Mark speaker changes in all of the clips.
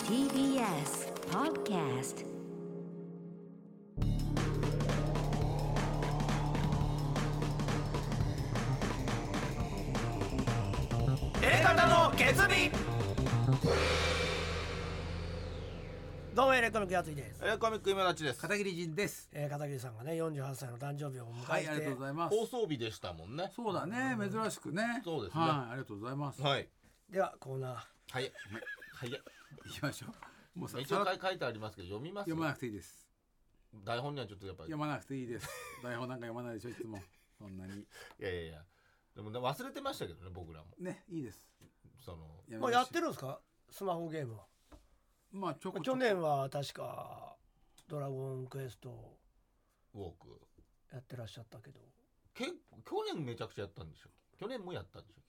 Speaker 1: TBS Podcast
Speaker 2: 方の決意
Speaker 3: どうもエレコミックやついです、
Speaker 2: エレコミック今立ちです
Speaker 4: 片桐仁です。
Speaker 3: えー、片桐さんがね48歳の誕生日を迎
Speaker 4: は
Speaker 3: え
Speaker 4: い、
Speaker 3: て、
Speaker 4: ありがとうございます。
Speaker 2: 放送日でしたもんね
Speaker 4: そうだね、珍しくね。
Speaker 2: そうですね
Speaker 4: はい、ありがとうございます。行
Speaker 2: はい
Speaker 3: ではコーナー
Speaker 2: はいはい
Speaker 4: きましょう。もうさ、
Speaker 2: 一応
Speaker 4: さら
Speaker 2: 書いてありますけど読みます
Speaker 4: 読まなくていいです。
Speaker 2: 台本にはちょっとやっぱりい
Speaker 4: 読まなくていいです。台本なんか読まないでしょ、いつも。そんなに。
Speaker 2: やいやいやでもね忘れてましたけどね僕らも
Speaker 4: ね、いいです。
Speaker 2: その
Speaker 4: やめ
Speaker 3: も
Speaker 4: ま
Speaker 3: う
Speaker 4: しょ
Speaker 3: やってるんですかスマホゲームは
Speaker 4: まあ、ちょこち
Speaker 3: 去
Speaker 4: ょこ。
Speaker 3: 年は確か「ドラゴンクエスト
Speaker 2: ウォーク」
Speaker 3: やってらっしゃったけど
Speaker 2: 結構去年めちゃくちゃやったんでしょ去年もやったんでしょ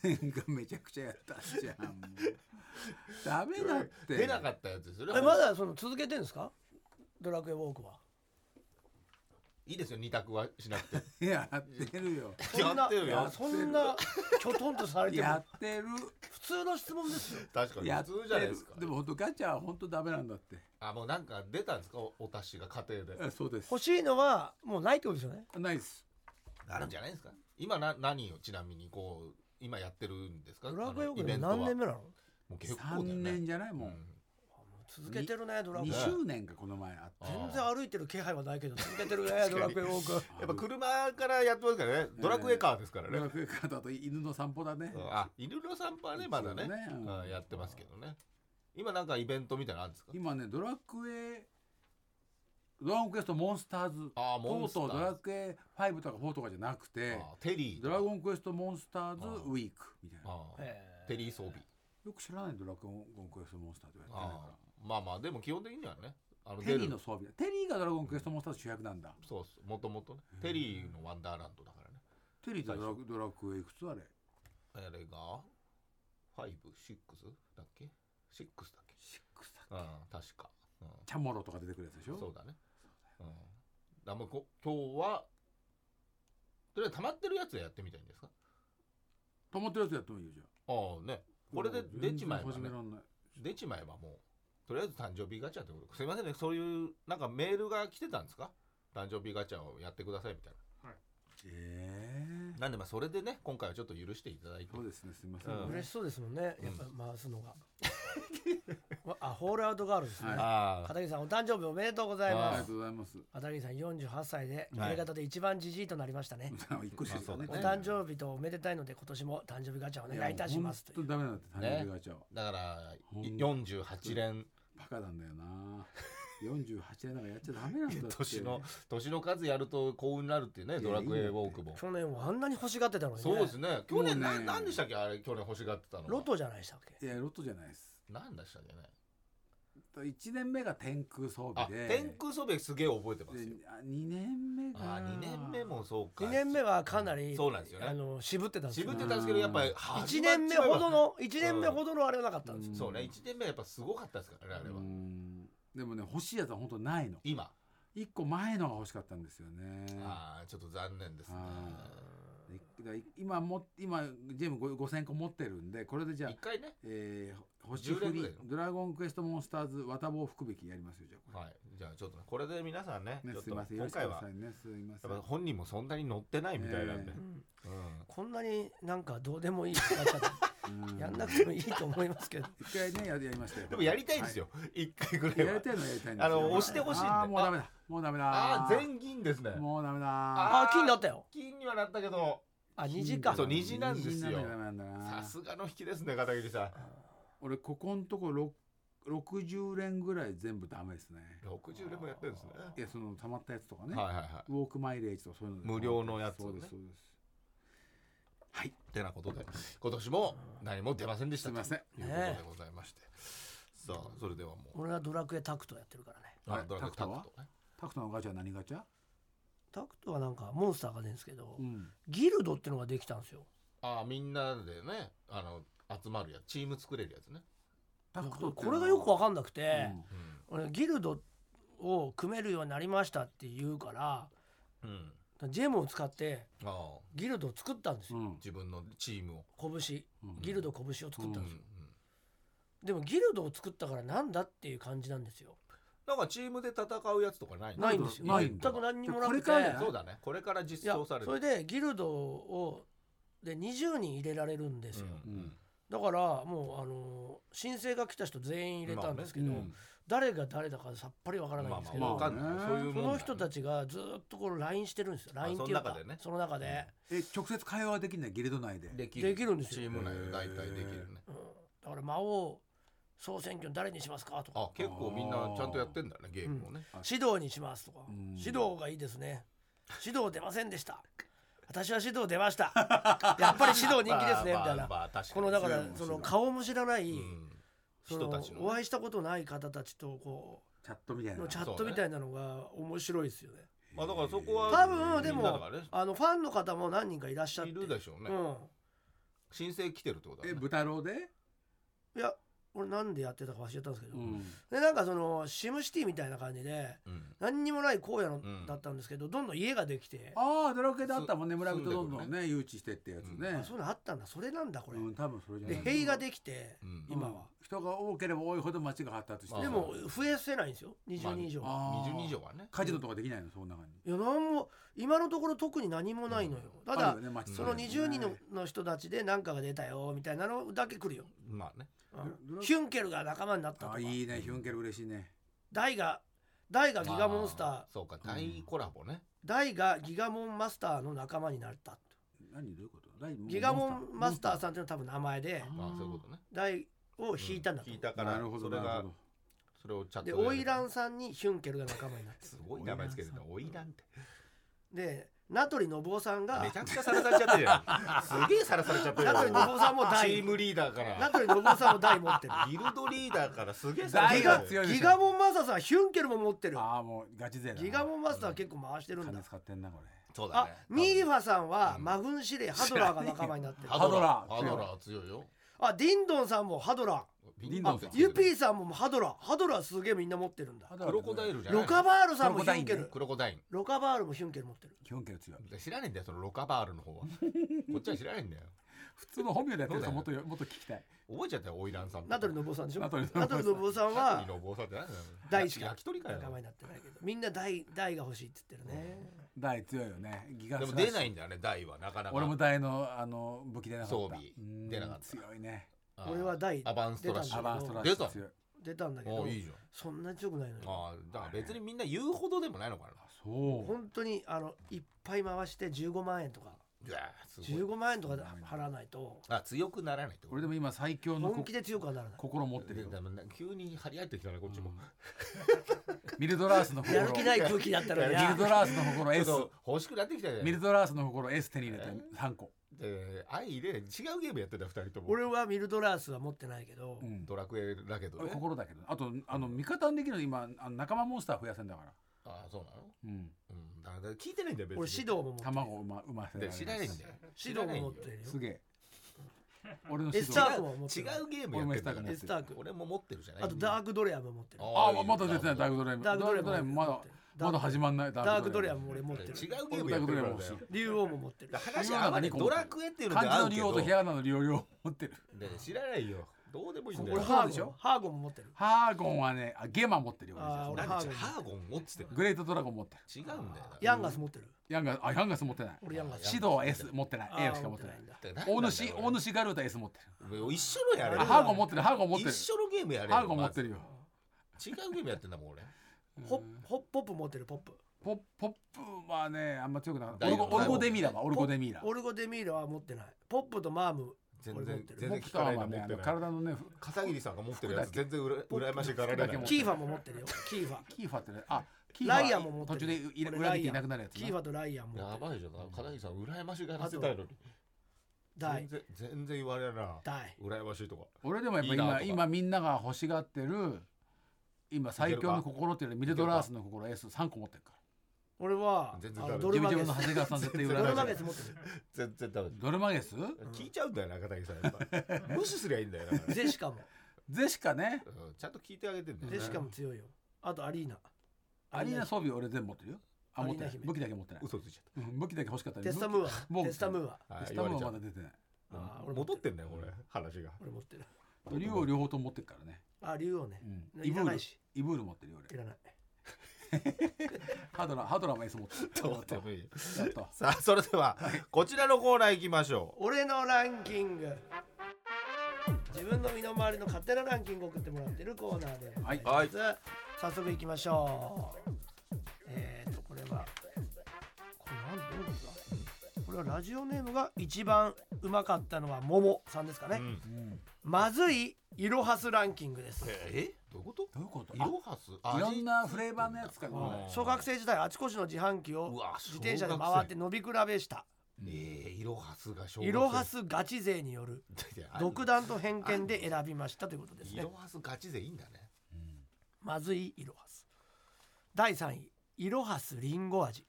Speaker 4: 去年がめちゃくちゃやったじゃん。もうダメだって。
Speaker 2: 出なかったやつですよね
Speaker 3: えまだその続けてるんですかドラクエウォークはい
Speaker 2: いですよ二択はしなくて
Speaker 4: いややってるよ。
Speaker 3: そんな
Speaker 2: やってるよ
Speaker 3: いやそんなきょとんとされて
Speaker 4: や
Speaker 3: も
Speaker 4: ってる。
Speaker 3: 普通の質問ですよ
Speaker 2: 確かに
Speaker 4: や
Speaker 2: 普
Speaker 4: って
Speaker 2: 通じゃないで
Speaker 4: る
Speaker 2: すか。
Speaker 4: でも本当ガチャは本当ダメなんだって。
Speaker 2: あもうなんか出たんですかおお達しが家庭で
Speaker 4: えそうです
Speaker 3: 欲。しいのはもうないってことですよね
Speaker 4: ないです。
Speaker 2: あるんじゃないですか今な何をちなみにこう今やってるんですか
Speaker 3: ドラクエウォー
Speaker 2: あのイ
Speaker 3: ク
Speaker 2: ベ
Speaker 3: で
Speaker 2: ント
Speaker 3: も
Speaker 2: は
Speaker 3: 何年目なの
Speaker 2: もう結構だよ
Speaker 4: 3
Speaker 2: ね
Speaker 4: 年じゃないも
Speaker 2: うん
Speaker 4: ん。
Speaker 3: 続けてるねドラクエ
Speaker 4: 2
Speaker 2: に
Speaker 4: 周年がこの前あって。
Speaker 3: 全然歩いてる気配はないけど続けてるねドラクエウォ ーク
Speaker 2: やっぱ車からやってますからねドラクエカーですからね、
Speaker 4: ドラクエカードあと犬の散歩だね。
Speaker 2: あ犬の散歩はねまだね
Speaker 4: そうねうん
Speaker 2: うんやってますけどね今なんかイベントみたいなのあるんですか
Speaker 4: 今ね、ドラクエ、ドラゴンクエストモンスターズ、
Speaker 2: あーモ
Speaker 4: と
Speaker 2: ン
Speaker 4: う
Speaker 2: スター
Speaker 4: と
Speaker 2: ズ
Speaker 4: うドラクエ5とか4とかじゃなくて、
Speaker 2: あテリー
Speaker 4: ドラゴンクエストモンスターズ
Speaker 2: あー
Speaker 4: ウィークみたいな。
Speaker 2: あ
Speaker 3: えー
Speaker 2: テリー装備
Speaker 4: よく知らないドラゴンクエストモンスターズやってな
Speaker 2: あ
Speaker 4: いか
Speaker 2: まあまあでも基本的にはねあの
Speaker 4: ら。
Speaker 2: 出
Speaker 4: テ
Speaker 2: る
Speaker 4: リーの装備だ。テリーがドラゴンクエストモンスターズ主役なんだ。
Speaker 2: そうそうもともとねテリーのワンダーランドだからね
Speaker 4: テリーってドラドラクエいくつあれ
Speaker 2: あれが56だっけ6だっけ
Speaker 4: ?6 だ。
Speaker 2: うん確か、うん、
Speaker 4: チャモロとか出てくるやつでし
Speaker 2: そう
Speaker 4: ょ
Speaker 2: だね。うん。だもうこ今日はとりあえず溜まってるやつでやってみたいんですか。
Speaker 4: 止まってるやつやってもいいよじゃあ。
Speaker 2: ああね。これで出ちまえば
Speaker 4: 全然始め
Speaker 2: ね
Speaker 4: ら。んない。
Speaker 2: 出ちまえばもうとりあえず誕生日ガチャってこと。すいませんね。そういうなんかメールが来てたんですか。誕生日ガチャをやってくださいみたい
Speaker 4: ええ
Speaker 2: な。なんでまあそれでね今回はちょっと許していただいて
Speaker 4: そ。うですね、すみませ
Speaker 2: うん
Speaker 4: ん。
Speaker 3: 嬉しそうですもんね、
Speaker 2: うん
Speaker 3: やっぱ回すのが。 わあ、ホールアウトガールですね。
Speaker 4: はい
Speaker 2: ああ
Speaker 3: 片桐さん、お誕生日おめでとうござい
Speaker 4: あり
Speaker 3: ま
Speaker 4: が
Speaker 3: す
Speaker 4: と。うございます。
Speaker 3: 片桐さん、48歳で、
Speaker 2: はい
Speaker 3: やり方で一番じじいとなりましたね。
Speaker 4: まあ一個しかですよね。
Speaker 2: ま
Speaker 3: お
Speaker 2: あそうだ
Speaker 3: 誕生日とおめでたいので、今年も誕生日ガチャお願いいたします。とい
Speaker 4: 本
Speaker 3: う
Speaker 4: 当ダメなんだって、誕生日ガチャは。
Speaker 2: だから
Speaker 4: ほん
Speaker 2: 48連
Speaker 4: バカなんだよな。四十八年なんかやっちゃダメなんだっ て。
Speaker 2: 年の年の数やると幸運になるっていうね
Speaker 4: いや
Speaker 2: ドラク
Speaker 4: いい
Speaker 2: エ
Speaker 4: よ
Speaker 2: ウォークも。
Speaker 3: 去年はあんなに欲しがってたのにね。
Speaker 2: そうですね。去年な
Speaker 4: もうね
Speaker 2: 何でしたっけあれ去年欲しがってたのは。
Speaker 3: ロトじゃないでしたっけ
Speaker 4: いや、ロットじゃないです。
Speaker 2: 何でしたっけね。
Speaker 4: 一年目が天空装
Speaker 2: あ
Speaker 4: 備で。
Speaker 2: 天空そべすげえ覚えてますよ。
Speaker 4: で、あ二年目が。
Speaker 2: あ二年目も。そうか。
Speaker 3: ?2 年目はかなり、
Speaker 2: そうなんですよね
Speaker 3: あの、渋ってたんです
Speaker 2: 渋
Speaker 3: よ
Speaker 2: って。たんですけどやっぱり
Speaker 3: 1年目ほど。の、1年目
Speaker 2: うん
Speaker 3: ほどのあれはなかったんですよ
Speaker 4: うん
Speaker 2: そうね一年目やっぱすごかったですからねあれ
Speaker 4: う
Speaker 2: は。
Speaker 4: ん。でもね、欲しいやつは本当ないの。
Speaker 2: 今
Speaker 4: 一個前のが欲しかったんですよね。
Speaker 2: あーちょっと残念ですね。
Speaker 4: あでだから今も今全部五千個持ってるんでこれでじゃあ
Speaker 2: 一回ね
Speaker 4: えー、星
Speaker 2: 10連
Speaker 4: 降
Speaker 2: ぐら
Speaker 4: り
Speaker 2: いの
Speaker 4: ドラゴンクエストモンスターズ綿棒吹くべきやりますよじゃあこ
Speaker 2: はいじゃあちょっとねこれで皆さんね
Speaker 4: れ、
Speaker 2: ちょ
Speaker 4: ね、
Speaker 2: っ
Speaker 4: す
Speaker 2: と
Speaker 4: いません
Speaker 2: 今
Speaker 4: よろしくく
Speaker 2: 回
Speaker 4: だ
Speaker 2: は
Speaker 4: さいねすいませ
Speaker 2: や
Speaker 4: ん
Speaker 2: っぱ本人もそんなに乗ってないみたいなんで
Speaker 4: え。
Speaker 3: うん
Speaker 2: うん
Speaker 3: こんなになんかどうでもいいガチャで
Speaker 4: うん
Speaker 3: やんなくてもいいと思いますけど。
Speaker 4: 一回ねややりましたよ
Speaker 2: でもやりたいんですよ一回ぐ
Speaker 4: はい
Speaker 2: ら
Speaker 4: や
Speaker 2: いは
Speaker 4: り。たいのはやりたいんですよ
Speaker 2: あの押してほしいんで
Speaker 4: あーもうダメだもうダメだ
Speaker 2: ああー全銀ですね。
Speaker 4: もうダメだ
Speaker 2: あ
Speaker 3: あ
Speaker 2: ー
Speaker 3: 金だったよ。
Speaker 2: 金にはなったけど
Speaker 3: あ二時か。
Speaker 2: そう虹なんですよ
Speaker 4: 虹なのダメなんだな
Speaker 2: さすがの引きですね片桐さん。
Speaker 4: 俺ここんところ60連ぐらい全部ダメですね
Speaker 2: 60年もやってるんですね。
Speaker 4: いやその溜まったやつとかね、
Speaker 2: はいはいはい。
Speaker 4: ウォークマイレージとかそういうので
Speaker 2: 無料のやつ
Speaker 4: そ
Speaker 2: を
Speaker 4: う
Speaker 2: ね
Speaker 4: ですそうですはい
Speaker 2: ってなことで今年も何も出ませんでした
Speaker 4: すいません
Speaker 2: ということでございまして、さあそれではもう
Speaker 3: 俺はドラクエタクトやってるからね。
Speaker 2: あ
Speaker 4: え
Speaker 2: ドラゴン
Speaker 4: タクトは
Speaker 2: タクトね
Speaker 4: タクトのガチャは何ガチャ
Speaker 3: タクトはなんかモンスターが出るんですけど、
Speaker 4: うん
Speaker 3: ギルドってのができたんですよ。
Speaker 2: ああみんなでねあの集まるやつチーム作れるやつね、
Speaker 4: タクトって
Speaker 3: これがよくわ
Speaker 4: か
Speaker 3: かんなく
Speaker 4: ん
Speaker 3: て、俺ギルドを組めるようになりましたって言うから、
Speaker 2: うん
Speaker 3: ジェムを使って
Speaker 2: ああ
Speaker 3: ギルドを作ったんです
Speaker 4: う
Speaker 3: よ。
Speaker 4: ん
Speaker 2: 自分のチームを、
Speaker 3: 拳、
Speaker 4: うん
Speaker 3: ギルド拳を作ったん
Speaker 2: う
Speaker 3: で
Speaker 2: ん
Speaker 3: すよ。でもギルドを作ったからなんだっていう感じなんですよ
Speaker 2: なんかチームで戦うやつとかないの
Speaker 3: ないんですよ
Speaker 4: ない
Speaker 3: 全
Speaker 4: んだ
Speaker 3: く何にもなくて
Speaker 4: これからじゃない
Speaker 2: そうだねこれから
Speaker 3: い
Speaker 2: 実
Speaker 3: や
Speaker 2: 装される
Speaker 3: それでギルドをで20人入れられるんですよ、
Speaker 2: うん
Speaker 4: うん
Speaker 3: だからもうあの申請が来た人全員入れたんですけど、誰が誰だかさっぱりわからないんですけど、
Speaker 2: まあまあわかんない、
Speaker 4: まあね
Speaker 2: そうい
Speaker 3: そ
Speaker 2: うもんだよ
Speaker 3: の
Speaker 2: ね
Speaker 3: 人たちがずっとこう LINE してるんですよ LINE っていうか
Speaker 2: その中でね
Speaker 3: その中で、
Speaker 4: え直接会話はできないギルド内で
Speaker 2: でき
Speaker 3: できるんですよ
Speaker 2: チーム内で大体できるね
Speaker 3: うんだから魔王総選挙誰にしますかとか
Speaker 2: あ結構みんなちゃんとやってんだねゲームをね、
Speaker 3: 指導にしますとか
Speaker 4: うん
Speaker 3: 指導がいいですね指導出ませんでした私は指導出ましたやっぱり指導人気ですねみ
Speaker 2: まあ
Speaker 3: たい
Speaker 2: まあ
Speaker 3: な
Speaker 2: まあ確かに
Speaker 3: このだか
Speaker 4: そ
Speaker 3: ら
Speaker 4: ういうのも
Speaker 3: そ
Speaker 4: そう
Speaker 3: の
Speaker 4: いうの
Speaker 3: 顔も知らない
Speaker 2: うん
Speaker 3: そ
Speaker 2: 人たちのね
Speaker 3: のお会いしたことない方たちとこ
Speaker 4: チャットみたいう
Speaker 3: の
Speaker 4: な
Speaker 3: チャットみたいなのが面白いですよね
Speaker 2: まあだからそこは
Speaker 3: 多分で
Speaker 2: みんなだ
Speaker 3: も
Speaker 2: からね
Speaker 3: あのファンの方も何人かいらっしゃって
Speaker 2: いるでしょうね、
Speaker 3: うん
Speaker 2: 申請来てるってことだ、
Speaker 4: え
Speaker 2: ね、
Speaker 4: 豚郎で
Speaker 3: いや俺なんでやってたか忘れちゃったんですけど、
Speaker 4: うん
Speaker 3: でなんかそのシムシティみたいな感じで
Speaker 2: うん
Speaker 3: 何にもない荒野の、
Speaker 2: うん
Speaker 3: だったんですけどどんどん家ができてあ
Speaker 4: ああドラクエであったもんね
Speaker 2: す
Speaker 4: 村人どんど
Speaker 2: 住ん
Speaker 4: ん
Speaker 2: で
Speaker 4: ね誘致してってやつね
Speaker 3: そういうのあったんだそれなんだこれ、
Speaker 4: うん多分それじゃ
Speaker 3: で
Speaker 4: ない
Speaker 3: 塀ができて、
Speaker 2: うん
Speaker 3: 今は
Speaker 4: 人が多ければ多いほど町が発達して
Speaker 2: まあ
Speaker 4: る
Speaker 3: でも増えせないんですよ20人以上、
Speaker 4: あー
Speaker 2: 22条はね
Speaker 4: カジノとかできないのその中に
Speaker 3: いや何も今のところ特に何もないのよ、た
Speaker 4: あ
Speaker 3: だ、
Speaker 4: るよね町
Speaker 3: その
Speaker 4: ね
Speaker 3: 20人のの人たちで何かが出たよみたいなのだけ来るよ、
Speaker 2: まあね
Speaker 3: うん
Speaker 4: どど
Speaker 3: ヒュンケルが仲間になったと
Speaker 4: あ
Speaker 3: か
Speaker 4: ーいいねヒュンケル嬉しいね
Speaker 3: ダイがダイがギガモンスター、
Speaker 2: まあそうか大コラボね、
Speaker 3: ダイがギガモンマスターの仲間になった
Speaker 4: 何どういうこと何
Speaker 3: ギガモンマスターさんっていうのは多分名前で
Speaker 4: あー
Speaker 2: まあそういうことね
Speaker 3: ダイを引いたんだと
Speaker 2: 聞
Speaker 3: 思
Speaker 2: いたか
Speaker 4: モンスターな
Speaker 2: ら
Speaker 4: るほ
Speaker 2: それ
Speaker 4: どなる
Speaker 2: が
Speaker 4: ほど
Speaker 2: それをチャッ
Speaker 3: う
Speaker 2: ト
Speaker 3: で
Speaker 2: やる
Speaker 3: オイランさんにヒュンケルが仲間にな って
Speaker 2: すごい名前つけてるなオイランって
Speaker 3: で名取信夫さんが
Speaker 2: めちゃくちゃさらされちゃってる やんすげえさらされちゃってるや
Speaker 3: 名
Speaker 2: ん
Speaker 3: 取信夫さんも
Speaker 2: チ
Speaker 3: 大
Speaker 2: ームリーダーか
Speaker 3: 名
Speaker 2: ら
Speaker 3: 取信夫さんも大持 ってる
Speaker 2: ギルドリーダーからすげえさらされ
Speaker 4: 大
Speaker 2: ちゃ
Speaker 4: が
Speaker 2: ってる
Speaker 4: 強いでしょ
Speaker 3: ギガモンマスターさんはヒュンケルも持ってる
Speaker 4: ああもうガチ勢だな
Speaker 3: ギガモンマスターは結構回してるんだ
Speaker 4: 金使ってんなこれ
Speaker 2: そうだ
Speaker 3: あ
Speaker 2: ね
Speaker 3: ミーリファさんは
Speaker 2: うん
Speaker 3: マフン司令ハドラーが仲間になってる
Speaker 4: 知らね
Speaker 2: ハドラー
Speaker 4: ハ
Speaker 2: ハド
Speaker 4: ドラー
Speaker 2: ラー強いよ
Speaker 3: あディンドンさんもハドラ
Speaker 2: ビ
Speaker 4: リンドン
Speaker 2: あ
Speaker 4: さん
Speaker 3: ーユピーさんもハドラーハドラーすげえみんな持ってるんだ
Speaker 2: クロコダイルじゃない
Speaker 3: ロカバールさんもヒ
Speaker 4: クロコダ
Speaker 3: ュン
Speaker 4: イン
Speaker 3: ケ
Speaker 4: ね
Speaker 3: ル
Speaker 2: クロコダイン
Speaker 3: ロカバールもヒュンケル持ってる
Speaker 4: ヒュンケル強い
Speaker 2: 知らねえんだよそのロカバールの方はこっちは知らねえんだよ
Speaker 4: 普通の本名でやってる人
Speaker 2: そう
Speaker 4: もっ
Speaker 2: だ
Speaker 4: ともっと聞きたい
Speaker 2: 覚えちゃったよオイランさん
Speaker 3: 名取
Speaker 2: の
Speaker 3: 信夫さんでしょ名
Speaker 4: 名
Speaker 3: 取
Speaker 4: 取
Speaker 3: 信
Speaker 4: 信夫さん
Speaker 3: 夫さんは
Speaker 2: のお坊さんって何だよ
Speaker 3: 大好き
Speaker 2: 焼き鳥かよ
Speaker 3: 仲間になってないけどみんな大大が欲しいって言ってるね
Speaker 4: 大強いよねギガ
Speaker 2: でも出ないんだよね大はなかなか
Speaker 4: 俺も大のあの武器出なかった
Speaker 2: 装備
Speaker 4: うん
Speaker 2: 出なかった
Speaker 4: 強いね
Speaker 2: あー
Speaker 3: 俺は大
Speaker 2: アバンストラッシ
Speaker 3: 出た
Speaker 4: ア
Speaker 2: ュ
Speaker 3: んだ
Speaker 4: バンストラッシュ強い
Speaker 3: 出たんだけ
Speaker 2: お
Speaker 3: ど
Speaker 2: ーいいじゃん
Speaker 3: そんなに強くないのよ
Speaker 2: あーだから別にみんな言うほどでもないのかな
Speaker 4: そう
Speaker 3: 本当にあのいっぱい回して15万円とか
Speaker 2: いやーすごい
Speaker 3: 15万円とかで払わないと
Speaker 2: あ強くならないってこと
Speaker 4: 俺でも今最強のこ
Speaker 3: 本気で強くはならない
Speaker 4: 心持ってるよ
Speaker 2: でもな急に張り合ってきたねこっちも
Speaker 4: ミルドラースの心
Speaker 3: やる気ない空気だったら
Speaker 4: ミルド
Speaker 3: ね
Speaker 4: ラースの心
Speaker 2: ちょ
Speaker 4: S
Speaker 2: っと欲しくなってきたじゃ
Speaker 4: ミル
Speaker 2: ん
Speaker 4: ドラースの心 S 手に入れて
Speaker 2: え
Speaker 4: 3個
Speaker 2: で相入れ違うゲームやってた二人とも
Speaker 3: 俺はミルドラースは持ってないけど
Speaker 4: うん
Speaker 2: ドラクエだけどね
Speaker 4: 心だけどあとあの味方にできるの今あの仲間モンスター増やせんだから
Speaker 2: あーそうなの
Speaker 4: うん
Speaker 2: うんだから聞いてないんだよ別に
Speaker 3: 俺指導も持ってる
Speaker 4: 卵をうまうませ
Speaker 2: で知らないんだよ
Speaker 3: 指導も持ってるよ
Speaker 4: すげえ俺の
Speaker 3: エ
Speaker 4: 指
Speaker 3: ス
Speaker 4: 導
Speaker 3: タークも持って
Speaker 2: 違
Speaker 3: る
Speaker 2: うゲームやってたか
Speaker 4: 俺
Speaker 2: ら
Speaker 4: も
Speaker 3: エスターク
Speaker 2: 俺も持ってるじゃない
Speaker 3: あとダークドレアも持ってる
Speaker 4: ああまだ出てないダークドレイム
Speaker 3: ダ
Speaker 4: ダ
Speaker 3: ーク
Speaker 4: ーク
Speaker 3: ド
Speaker 4: ド
Speaker 3: レ
Speaker 4: レ
Speaker 3: イ
Speaker 4: イ
Speaker 3: ム
Speaker 4: ムまだまだ始まんない
Speaker 3: ダークドレア
Speaker 4: ム
Speaker 3: も俺持ってる
Speaker 2: 違うゲームやってるからだよ
Speaker 3: 竜王も持ってる
Speaker 2: だから話はあまりドラクエっていうの
Speaker 4: 漢
Speaker 2: が
Speaker 4: 字
Speaker 2: 合
Speaker 4: の
Speaker 2: うけど
Speaker 4: 利用とひらがなの利用両方持ってる
Speaker 2: ね知らないよどうでもいいんだよ
Speaker 3: 俺
Speaker 4: ここ
Speaker 3: ハー
Speaker 4: でし
Speaker 3: ゴン
Speaker 4: ょ
Speaker 3: ハーゴンも持ってる
Speaker 4: ハーゴンはねあゲマ持ってるよ俺
Speaker 3: あー俺
Speaker 4: 実は
Speaker 2: 何ハーゴン持ってて
Speaker 4: グレートドラゴン持ってる
Speaker 2: 違うんだよ
Speaker 3: ヤンガス持ってる
Speaker 4: ヤンガあヤンガス持ってない
Speaker 3: 俺ヤンガス
Speaker 4: シドは S 持ってない
Speaker 3: あ
Speaker 4: A
Speaker 3: ー
Speaker 4: しか持ってない
Speaker 3: んだ
Speaker 2: だって
Speaker 4: 大
Speaker 2: 何なんだ
Speaker 4: 主
Speaker 2: よ
Speaker 4: 大主ガルータ S 持ってる
Speaker 2: もう一緒のやれ
Speaker 3: あ
Speaker 4: あ
Speaker 2: よ
Speaker 4: ハーゴン持ってるハーゴン持って
Speaker 2: 一
Speaker 4: る
Speaker 2: 緒のゲームやれよ
Speaker 4: ハーゴン持ってるよ
Speaker 2: まず違うゲームやってんだもん俺
Speaker 3: ホッホッポップ持ってるポップ
Speaker 4: ポッポップはねあんま強くなかっ
Speaker 2: だ
Speaker 4: たオ
Speaker 2: よ
Speaker 4: ルゴオルゴデミラはオルゴデミラ
Speaker 3: オルゴデミーラは持ってないポップとマーム
Speaker 2: 全
Speaker 3: 俺持っ
Speaker 2: 然
Speaker 3: てる
Speaker 2: 全
Speaker 4: ポ
Speaker 2: 然聞
Speaker 4: ップ
Speaker 2: か
Speaker 4: タ
Speaker 2: な
Speaker 4: ワ
Speaker 2: い
Speaker 4: ー
Speaker 2: な
Speaker 4: は
Speaker 2: 持
Speaker 4: ね
Speaker 2: っ
Speaker 4: あ
Speaker 2: てない
Speaker 4: の体のね
Speaker 2: 片桐さんが持ってるやつ
Speaker 4: 服
Speaker 2: 全然うら羨ましがられない
Speaker 4: 服だけ持って
Speaker 3: キーファも持って るよキーファ
Speaker 4: キーファってねあキーファ
Speaker 3: ライアンも持ってる
Speaker 4: 途中でい
Speaker 3: 俺
Speaker 4: 裏
Speaker 3: ラ
Speaker 4: 切っ
Speaker 3: イ
Speaker 4: て
Speaker 3: アン
Speaker 4: いなくなるやつ
Speaker 3: キーファとライアンも
Speaker 2: やばいじゃん片桐さん羨ましがらせたいのに
Speaker 3: 大
Speaker 2: 全然全然言われないな
Speaker 3: 大
Speaker 2: 羨ましいとか
Speaker 4: 俺でもやっぱ
Speaker 2: リーダー
Speaker 4: 今
Speaker 2: とか
Speaker 4: 今みんなが欲しがってる今最強の心っていうよりミルドラースの心 S3 個持ってるか
Speaker 3: 俺は
Speaker 2: 全然
Speaker 3: あ
Speaker 2: ダ
Speaker 3: の
Speaker 2: メ
Speaker 3: ド
Speaker 4: らジ
Speaker 3: ル
Speaker 4: ェビ
Speaker 3: マゲス
Speaker 4: ジェブの長谷川さん絶
Speaker 3: ド
Speaker 4: 対裏
Speaker 3: ルマ
Speaker 4: らな
Speaker 3: ゲ
Speaker 4: い
Speaker 3: ス持ってる
Speaker 2: 全然ダメ
Speaker 4: ドルマゲス
Speaker 2: 聞いちゃうんだよ中谷さんやっぱ無視すりゃいいんだよだから
Speaker 3: ゼシカも
Speaker 4: ゼシカね
Speaker 2: うんちゃんと聞いてあげてんだよ
Speaker 3: ゼシカも強いよあとアリーナ
Speaker 4: アリーナ装備俺全部持ってるよあ
Speaker 3: アリー
Speaker 4: 持って
Speaker 3: ナ
Speaker 4: ない
Speaker 3: 姫
Speaker 4: 武器だけ持ってない
Speaker 2: 嘘ついち
Speaker 4: うん武器だけ欲しかった
Speaker 3: テスタ
Speaker 4: 武器
Speaker 3: ムーア
Speaker 4: 僕
Speaker 3: テスタムーア
Speaker 2: ゃったあ
Speaker 4: テス
Speaker 2: 言
Speaker 4: タ
Speaker 2: われ
Speaker 4: ムは
Speaker 2: ちゃ
Speaker 4: ま
Speaker 2: う
Speaker 4: だ出てない
Speaker 3: あー
Speaker 2: 戻ってんだよこれ話が
Speaker 3: 俺持ってる
Speaker 4: 竜を両方とも持ってるからね、
Speaker 3: あ竜王ね、
Speaker 4: うん
Speaker 3: い
Speaker 4: イブ
Speaker 3: ら
Speaker 4: ー
Speaker 3: な
Speaker 4: ル
Speaker 3: いし
Speaker 4: イブール持ってるよ
Speaker 3: い
Speaker 4: 俺
Speaker 3: らない
Speaker 4: ハドラーハドラーもエース持ってる
Speaker 2: どうでもいい
Speaker 4: やっと
Speaker 2: さあそれではこちらのコーナー行きましょ
Speaker 3: 俺のランキング自分の身の回りの勝手なランキングを送ってもらってるコーナーで
Speaker 4: はい
Speaker 3: ござます、早速いきましょうえっ、ー、とこれはこれなんどうですかこれはラジオネームが一番うまかったのは桃さんですか
Speaker 2: う、
Speaker 3: ね、
Speaker 2: うん
Speaker 4: うん
Speaker 3: まずいイロハスランキングです
Speaker 2: えどういうこと
Speaker 4: どういうこと
Speaker 2: イ
Speaker 4: あ
Speaker 2: ロハス
Speaker 4: いろんなフレーバーのやつか
Speaker 2: うん
Speaker 4: な
Speaker 3: 小学生時代あちこちの自販機
Speaker 2: う
Speaker 3: を
Speaker 2: わ
Speaker 3: 自転車で回って飲み比べした
Speaker 2: えー、イロハスが小学生
Speaker 3: イロハスガチ勢による
Speaker 2: いや
Speaker 3: 独断と偏見で選びましたということです
Speaker 2: イ
Speaker 3: ね
Speaker 2: ロハスガチでいいんだね
Speaker 3: まずいイロハス第3位イロハスリンゴ味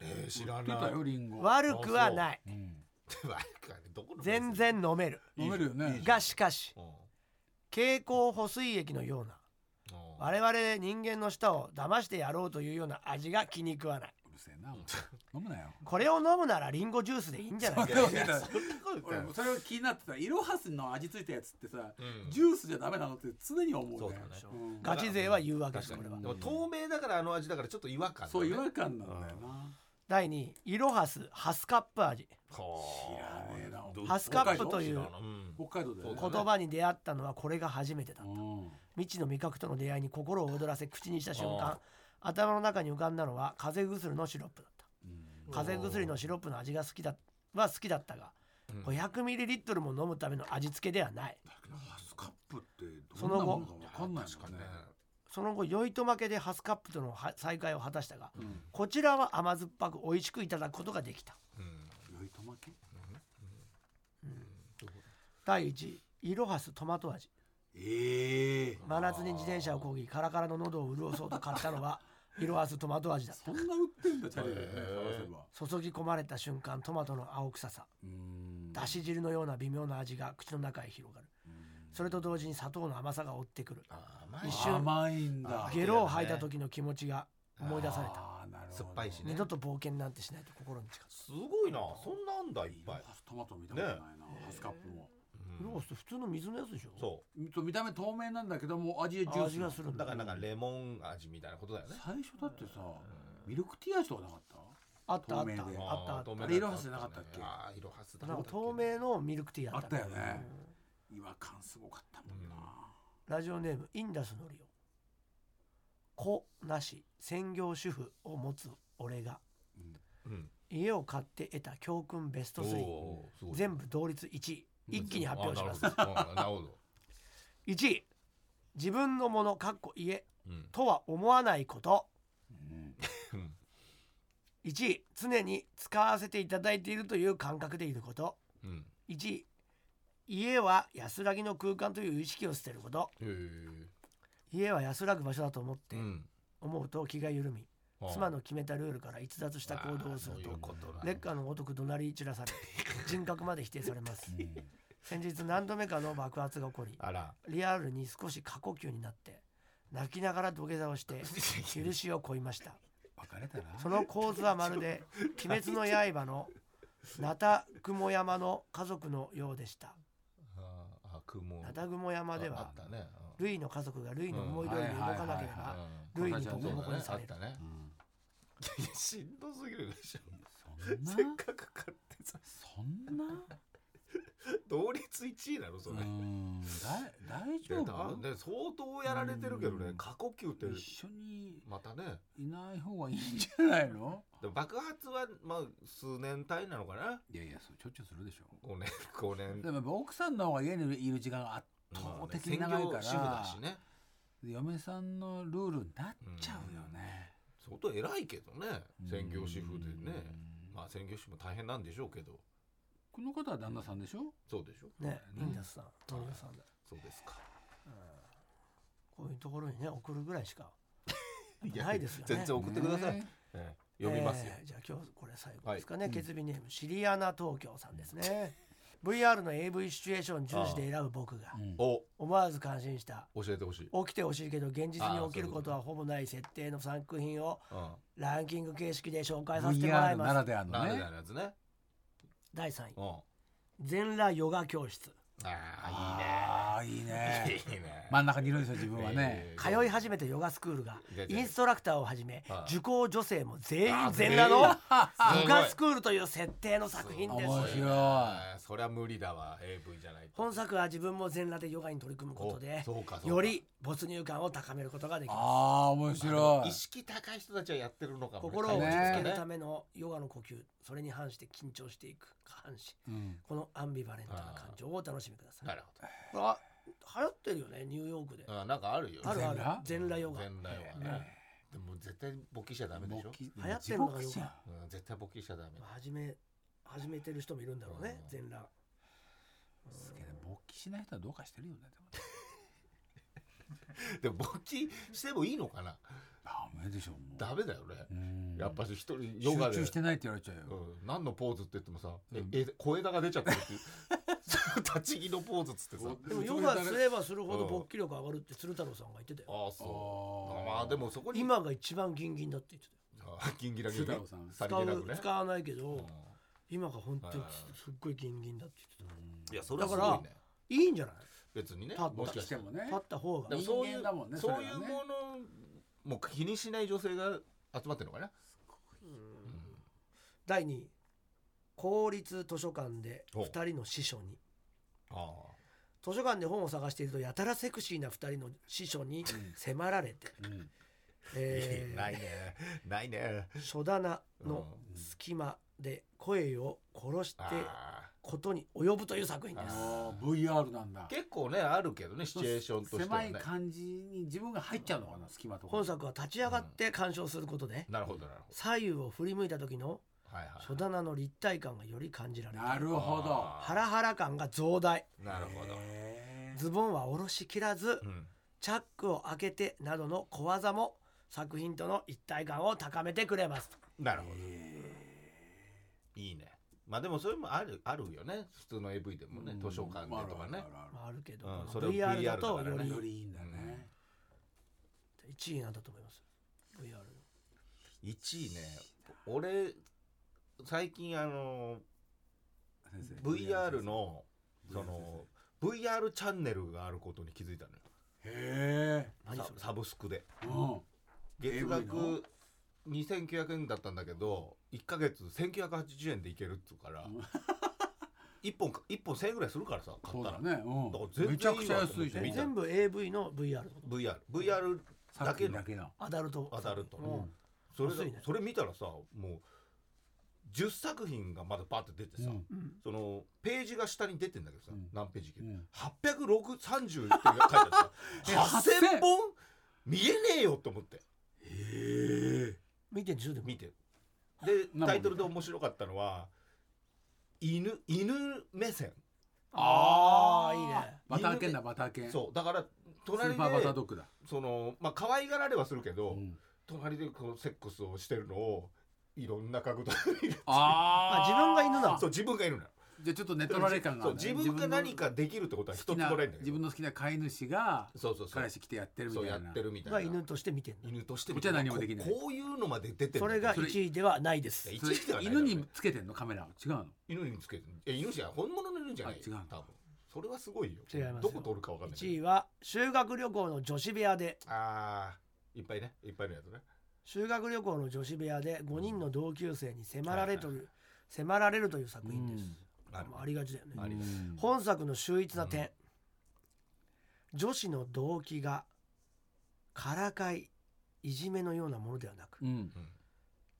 Speaker 2: えー、知
Speaker 4: 売
Speaker 2: ら
Speaker 4: っ
Speaker 2: な
Speaker 4: て
Speaker 2: い
Speaker 4: たよリンゴ
Speaker 3: 悪くはない
Speaker 4: うん
Speaker 2: 悪くはねどこの店
Speaker 3: 全然飲める
Speaker 4: 飲めるよね
Speaker 3: がしかし
Speaker 2: うん
Speaker 3: 蛍光補水液のような
Speaker 2: うん
Speaker 3: 我々人間の舌を騙してやろうというような味が気に食わないう
Speaker 4: るせえなお前飲むなよ
Speaker 3: これを飲むならリンゴジュースでいいんじゃないか
Speaker 4: れをね
Speaker 2: 俺
Speaker 4: 俺
Speaker 2: も
Speaker 4: もそれを気になってたイロハスの味付いたやつってさ、
Speaker 2: うん
Speaker 4: ジュースじゃダメなのって常に思うね
Speaker 2: そうだね
Speaker 4: うん
Speaker 3: ガチ勢は言うわけで
Speaker 2: 確
Speaker 3: す
Speaker 2: か
Speaker 3: こ
Speaker 2: に
Speaker 3: れは
Speaker 2: でも透明だからあの味だからちょっと違和感だ、ね、
Speaker 4: そう違和感なんだよな
Speaker 3: 第2位イロハスハスカップ味
Speaker 2: 知
Speaker 4: 知らねえな
Speaker 3: ハスカップという
Speaker 2: うん
Speaker 4: 北海道だよね
Speaker 2: そうだ
Speaker 3: 言
Speaker 2: ね
Speaker 3: 葉に出会ったのはこれが初めてだ
Speaker 4: うん
Speaker 3: 未知の味覚との出会いに心を躍らせ口にした瞬
Speaker 2: あ
Speaker 3: 間頭の中に浮かんだのは風邪薬のシロップだった
Speaker 4: うん
Speaker 3: 風邪薬のシロップの味が好きだは好きだったが
Speaker 2: うん
Speaker 3: 500ミリリットルも飲むための味付けではない
Speaker 4: ハスカップって
Speaker 3: その後
Speaker 4: どんなものか分かんない
Speaker 2: 確か
Speaker 4: もん
Speaker 2: に
Speaker 4: ね
Speaker 2: ね
Speaker 3: その後酔いと負けでハスカップとのは再会を果たしたが
Speaker 4: うん
Speaker 3: こちらは甘酸っぱく美味しくいただくことができた
Speaker 2: うん
Speaker 4: 酔いと負け
Speaker 3: 第1位イロハストマト味
Speaker 4: ええ
Speaker 3: 真夏に自転車をこぎカラカラの喉を潤そうと買ったのはイロハストマト味だった
Speaker 4: そんな売ってんだチャリでね
Speaker 2: へえ
Speaker 4: 探せば
Speaker 3: 注ぎ込まれた瞬間トマトの青臭さ
Speaker 4: うん
Speaker 3: だし汁のような微妙な味が口の中へ広がるそれと同時に砂糖の甘さが追ってくる
Speaker 2: あー甘い
Speaker 3: 一
Speaker 2: し
Speaker 3: 瞬
Speaker 4: 甘いんだ
Speaker 3: ゲロを吐いた時の気持ちが思い出された
Speaker 4: あーなるほど
Speaker 2: 酸っぱいしね
Speaker 3: 二度と冒険なんてしないと心に誓う
Speaker 2: すごいなそんなんだいっぱい
Speaker 4: ハストマト見たことないなハスカップも
Speaker 2: うん
Speaker 3: ロースト普通の水のやつでしょ
Speaker 2: そ
Speaker 4: そう見た目透明なんだけども味でジュース
Speaker 3: 味がするん
Speaker 2: う
Speaker 3: だ
Speaker 2: だからなんかレモン味みたいなことだよね
Speaker 4: 最初だってさミルクティー味とかなかった
Speaker 3: あったあっ
Speaker 4: 透明
Speaker 3: た
Speaker 4: で
Speaker 3: あったあっ
Speaker 2: 透明
Speaker 3: た
Speaker 2: な
Speaker 4: あれイロハスじゃなかったっけ
Speaker 2: ああイロハスだ
Speaker 3: なんか透明のミルクティー
Speaker 4: あ
Speaker 3: あっ
Speaker 4: ったた
Speaker 3: ね
Speaker 4: よね違和感すごかったもんな
Speaker 3: ラジオネームインダスのりお子なし専業主婦を持つ俺が
Speaker 2: うん
Speaker 3: 家を買って得た教訓ベスト3
Speaker 2: おーすごい
Speaker 3: 全部同率1位一気に発表します
Speaker 2: あなるほどうんなるほど
Speaker 3: 1位自分のものかっこ家
Speaker 2: うん
Speaker 3: とは思わないこと
Speaker 4: うん
Speaker 2: うん
Speaker 3: 1位常に使わせていただいているという感覚でいること
Speaker 2: うん
Speaker 3: 1位家は安らぎの空間という意識を捨てること
Speaker 2: へー
Speaker 3: 家は安らぐ場所だと思って
Speaker 2: うん
Speaker 3: 思うと気が緩み、
Speaker 2: あー
Speaker 3: 妻の決めたルールから逸脱した行動をする
Speaker 2: あー
Speaker 3: と
Speaker 2: そういうことだ
Speaker 3: 劣化のごとく怒鳴り散ら され人格まで否定されます
Speaker 4: うん
Speaker 3: 先日何度目かの爆発が起こり
Speaker 2: あら
Speaker 3: リアルに少し過呼吸になって泣きながら土下座をして 許しを乞いました
Speaker 4: 別れたな
Speaker 3: その構図はまるで「鬼滅の刃」のナタ雲山の家族のようでした
Speaker 2: あーあ雲
Speaker 3: ナタ雲山で
Speaker 2: あ
Speaker 3: は
Speaker 2: ったね
Speaker 3: ルイの家族がルイの思い通りに動かなけれ
Speaker 4: うん
Speaker 3: ば
Speaker 2: うん
Speaker 3: ルイにボ
Speaker 2: そ
Speaker 3: コ
Speaker 2: う
Speaker 3: ボ
Speaker 2: だ
Speaker 3: コに
Speaker 2: ねあ
Speaker 3: さ
Speaker 2: っ
Speaker 3: れる
Speaker 2: たね
Speaker 4: うん
Speaker 2: いやしんどすぎる でしょ
Speaker 4: そんな
Speaker 2: せっかく買ってさ
Speaker 4: そんな
Speaker 2: 同率1位なのそれ
Speaker 4: うんだ大
Speaker 2: で
Speaker 4: 丈
Speaker 2: だ
Speaker 4: 夫
Speaker 2: ね相当やられてるけどね
Speaker 4: うん
Speaker 2: 過呼吸って
Speaker 4: 一緒に
Speaker 2: またね
Speaker 4: いない方がいいんじゃないの
Speaker 2: でも爆発はまあ数年単位なのかない
Speaker 4: やいやそうちょっちゅうするでしょ
Speaker 2: 5年5年
Speaker 4: でもやっぱ奥さんの方が家にいる時間が圧倒的に長いか
Speaker 2: まあね専業主婦だし
Speaker 4: ら
Speaker 2: ね
Speaker 4: 嫁さんのルールになっちゃうよね
Speaker 2: 相当偉いけどね専業主婦でね
Speaker 4: うん
Speaker 2: まあ専業主婦も大変なんでしょうけど
Speaker 4: この方は旦那さんでしょ
Speaker 2: そうでしょ
Speaker 3: ね
Speaker 4: うん
Speaker 3: インダスさんトリオさんだ
Speaker 2: そうですか
Speaker 3: こういうところにね送るぐらいしかないですよね
Speaker 2: 全然送ってください
Speaker 4: ね
Speaker 2: ええ読みますよ
Speaker 3: えーじゃあ今日これ最後ですかね、
Speaker 4: はい
Speaker 3: 決備ネームシリアナ東京さんですね VR の AV シチュエーション重視で選ぶ僕が
Speaker 4: うん
Speaker 2: お
Speaker 3: 思わず感心した
Speaker 2: 教えてほしい
Speaker 3: 起きてほしいけど現実に起きること
Speaker 2: あ
Speaker 3: はほぼない設定の作品を
Speaker 2: うん
Speaker 3: ランキング形式で紹介させてもらい
Speaker 4: VR な
Speaker 3: ます
Speaker 4: らではの
Speaker 2: なる
Speaker 4: ね
Speaker 2: やつね
Speaker 3: 第3位
Speaker 2: うん
Speaker 3: 全裸ヨガ教室
Speaker 2: ああいいね
Speaker 4: ああいいねね
Speaker 2: いいね
Speaker 4: 真ん中にいるんですよ自分はね
Speaker 2: えー
Speaker 3: 通い始めたヨガスクールが
Speaker 2: 出てる
Speaker 3: インストラクターをはじめ
Speaker 2: はい
Speaker 3: 受講女性も全員
Speaker 2: あ
Speaker 3: 全裸のヨ
Speaker 2: 全員 すご
Speaker 3: ガ
Speaker 2: い
Speaker 3: スクールという設定の作品です
Speaker 4: すご面い白
Speaker 2: あーそりゃ無理だわ AV じゃないと
Speaker 3: 本作は自分も全裸でヨガに取り組むことで
Speaker 2: おそうかそうか
Speaker 3: より没入感を高めることができます
Speaker 4: ああ面白い
Speaker 2: 意識高い人たちはやってるのかもね
Speaker 3: 心を落ち着けるた
Speaker 2: ね
Speaker 3: めのヨガの呼吸それに反して緊張していく下半身
Speaker 4: うん
Speaker 3: このアンビバレントな感情をお楽しみください
Speaker 2: なる
Speaker 3: あ流行ってるよねニューヨークで
Speaker 2: ほどあなんかあるよ
Speaker 3: あるある全
Speaker 2: 全
Speaker 3: 裸ヨガ
Speaker 2: 全裸ヨガねでも絶対勃起しちゃダメでしょ
Speaker 4: 勃起
Speaker 3: 流行ってんのかどうか
Speaker 4: 地獄じゃん
Speaker 2: うん絶対勃起しちゃダメ
Speaker 3: まあ始め始めてる人もいるんだろうね
Speaker 2: うん
Speaker 3: 全裸
Speaker 4: すげえな勃起しない人はどうかしてるよねでも
Speaker 2: でも勃起してもいいのかな
Speaker 4: ダメでしょもう
Speaker 2: ダメだよね
Speaker 4: うん
Speaker 2: やっぱし一人ヨガ
Speaker 4: 集
Speaker 2: で
Speaker 4: 中してないって言われちゃうよ
Speaker 2: うん何のポーズって言ってもさえ
Speaker 4: うん
Speaker 2: え小枝が出ちゃってる っていう立ち木のポーズっつってさ
Speaker 3: でもヨガすればするほど勃起力上がるって鶴太郎さんが言ってたよ
Speaker 2: ああそうまあでもそこに
Speaker 3: 今が一番ギンギンだって言って
Speaker 2: あギンギラギン
Speaker 4: 須太郎さん
Speaker 2: さ
Speaker 3: た
Speaker 2: りげな
Speaker 3: よ
Speaker 2: く
Speaker 3: 使
Speaker 2: ね
Speaker 3: う使わないけ
Speaker 2: う
Speaker 3: ど
Speaker 2: ん
Speaker 3: 今が本当に
Speaker 2: はいはいはい
Speaker 3: すすっごいギンギンだって言ってた
Speaker 2: いやそれはす
Speaker 3: だ
Speaker 2: ごい
Speaker 3: か
Speaker 2: ね
Speaker 3: いいんじゃない
Speaker 2: 別に
Speaker 3: 立
Speaker 2: ね
Speaker 3: った
Speaker 2: もしか
Speaker 4: し
Speaker 2: してて
Speaker 4: もね
Speaker 3: 立った方が
Speaker 2: でもそうい
Speaker 4: 人
Speaker 2: う
Speaker 4: 間だもんねそれ
Speaker 2: そ
Speaker 4: は
Speaker 2: う
Speaker 4: ね
Speaker 2: いうものもう気にしない女性が集まってるのかな
Speaker 3: うん第2位公立図書館で
Speaker 2: お
Speaker 3: 2人の師匠に
Speaker 2: あ
Speaker 3: 図書館で本を探しているとやたらセクシーな2人の師匠に迫られて、
Speaker 4: うん
Speaker 3: えー
Speaker 2: ないねないね
Speaker 3: 書棚の
Speaker 4: うん
Speaker 3: 隙間で声を殺して
Speaker 2: あ
Speaker 3: ことに及ぶという作品
Speaker 4: あ
Speaker 3: です。
Speaker 4: の VR なんだ
Speaker 2: ー結構ねあるけどねシチュエーションとしては
Speaker 4: 狭い
Speaker 2: ね
Speaker 4: 感じに自分が入っちゃうのかな隙間とか
Speaker 3: 本作は立ち上がって鑑賞することで
Speaker 2: なるほどなるほ
Speaker 3: 左右を振り向いた時の
Speaker 2: どはいはい
Speaker 3: 書棚の立体感がより感じられる
Speaker 4: なるほど
Speaker 3: ハラハラ感が増大
Speaker 2: なるほど
Speaker 4: へー
Speaker 3: ズボンは下ろしきらず
Speaker 2: うん
Speaker 3: チャックを開けてなどの小技も作品との一体感を高めてくれます
Speaker 2: なるほどいいねまあでもそれもあるあるよね普通の AV でもね図書館でとか
Speaker 4: あ
Speaker 2: ね
Speaker 4: るあるあるあ
Speaker 3: まああるけど、
Speaker 2: うん
Speaker 3: こ
Speaker 2: それ
Speaker 3: の
Speaker 2: を
Speaker 3: VR だ
Speaker 2: VR
Speaker 3: と
Speaker 2: だから
Speaker 3: よ
Speaker 2: ね
Speaker 4: る
Speaker 3: り
Speaker 4: よりいいんだね
Speaker 3: 1位なんだと思います。VR の
Speaker 2: 1位ね俺最近あの
Speaker 4: 先生
Speaker 2: VR のそ
Speaker 4: VR 先
Speaker 2: の VR チャンネルがあることに気づいたのよ
Speaker 4: 生へ
Speaker 3: 何
Speaker 2: サ
Speaker 3: それ
Speaker 2: サブスクで
Speaker 4: えうん
Speaker 2: 月
Speaker 4: AV の
Speaker 2: 額2900円だったんだけど1ヶ月1980円でいけるっつう から
Speaker 4: うん
Speaker 2: 1本か一本1000円ぐらいするからさ買
Speaker 4: そ
Speaker 2: っ
Speaker 4: う
Speaker 2: た
Speaker 4: だ
Speaker 2: ら
Speaker 4: ね
Speaker 2: だから
Speaker 4: う
Speaker 2: 全然
Speaker 4: んめちゃくちゃ安いじゃん
Speaker 2: いいわと思ってみんな
Speaker 3: 全部 AV の VR のこと
Speaker 2: VR VR だけの
Speaker 4: だけの
Speaker 3: アダルト
Speaker 2: アダルト
Speaker 3: う
Speaker 2: の
Speaker 3: ん
Speaker 2: それが
Speaker 3: 安いね
Speaker 2: それ見たらさもう10作品がまだパッて出てさ、
Speaker 4: うん
Speaker 3: うん
Speaker 2: そのページが下に出てんだけどさ、
Speaker 4: うん
Speaker 2: 何ページいけ
Speaker 4: う
Speaker 2: る、
Speaker 4: ん
Speaker 2: 830って書いてあ ってさ
Speaker 4: え
Speaker 2: 8000本見えねえよと思って
Speaker 4: へえ
Speaker 3: 見てんでしょでも
Speaker 2: 見てで
Speaker 4: なるほど
Speaker 2: タイトルで面白かったのは犬犬目線
Speaker 3: ああいいね
Speaker 4: バター犬だバター犬
Speaker 2: そうだから
Speaker 4: ス
Speaker 2: 隣
Speaker 4: ーパーバター
Speaker 2: で
Speaker 4: ドッグだ
Speaker 2: そのまあ可愛がられはするけど、
Speaker 4: うん
Speaker 2: 隣でこうセックスをしてるのをいろんな角度で
Speaker 3: あ
Speaker 4: あ
Speaker 3: 自分が犬なの
Speaker 2: そう自分がいるのよ
Speaker 4: じゃあちょっと寝取られ感があ
Speaker 2: そう
Speaker 4: るね
Speaker 2: 自分が何かできるってことは一つ
Speaker 4: 好き
Speaker 2: もな
Speaker 4: ない
Speaker 2: んだけど
Speaker 4: 自分の好きな飼い主が
Speaker 2: そうそうそう
Speaker 4: 彼氏来てやってるみ
Speaker 2: そう
Speaker 4: た
Speaker 2: や
Speaker 4: いな
Speaker 2: ってるみたいな
Speaker 3: が犬として見てんの
Speaker 2: 犬として
Speaker 4: こっちは何もできない
Speaker 2: ここういうのまで出てる
Speaker 3: それが
Speaker 4: それ
Speaker 3: 1位ではないです
Speaker 2: いや
Speaker 4: それ
Speaker 2: 一時ではないだろ
Speaker 4: 犬
Speaker 2: うね
Speaker 4: につけてんのカメラを違うの
Speaker 2: 犬につけてえ犬じゃない本物の犬じゃないよ
Speaker 4: あ違うの
Speaker 2: 多分それはすごいよ
Speaker 3: 違いますよ
Speaker 2: どこ取るかわかんないけど
Speaker 3: 1位は修学旅行の女子部屋で
Speaker 2: あーいっぱいねいっぱいのやつね
Speaker 3: 修学旅行の女子部屋で5人の同級生に迫られと
Speaker 2: はいいう
Speaker 3: 迫られるという作品です
Speaker 2: あ
Speaker 3: あ
Speaker 2: る
Speaker 3: ありがちだよね
Speaker 2: ありが
Speaker 4: うん
Speaker 3: 本作の秀逸な点、女子の動機がからかいいじめのようなものではなく、
Speaker 4: うん
Speaker 2: うん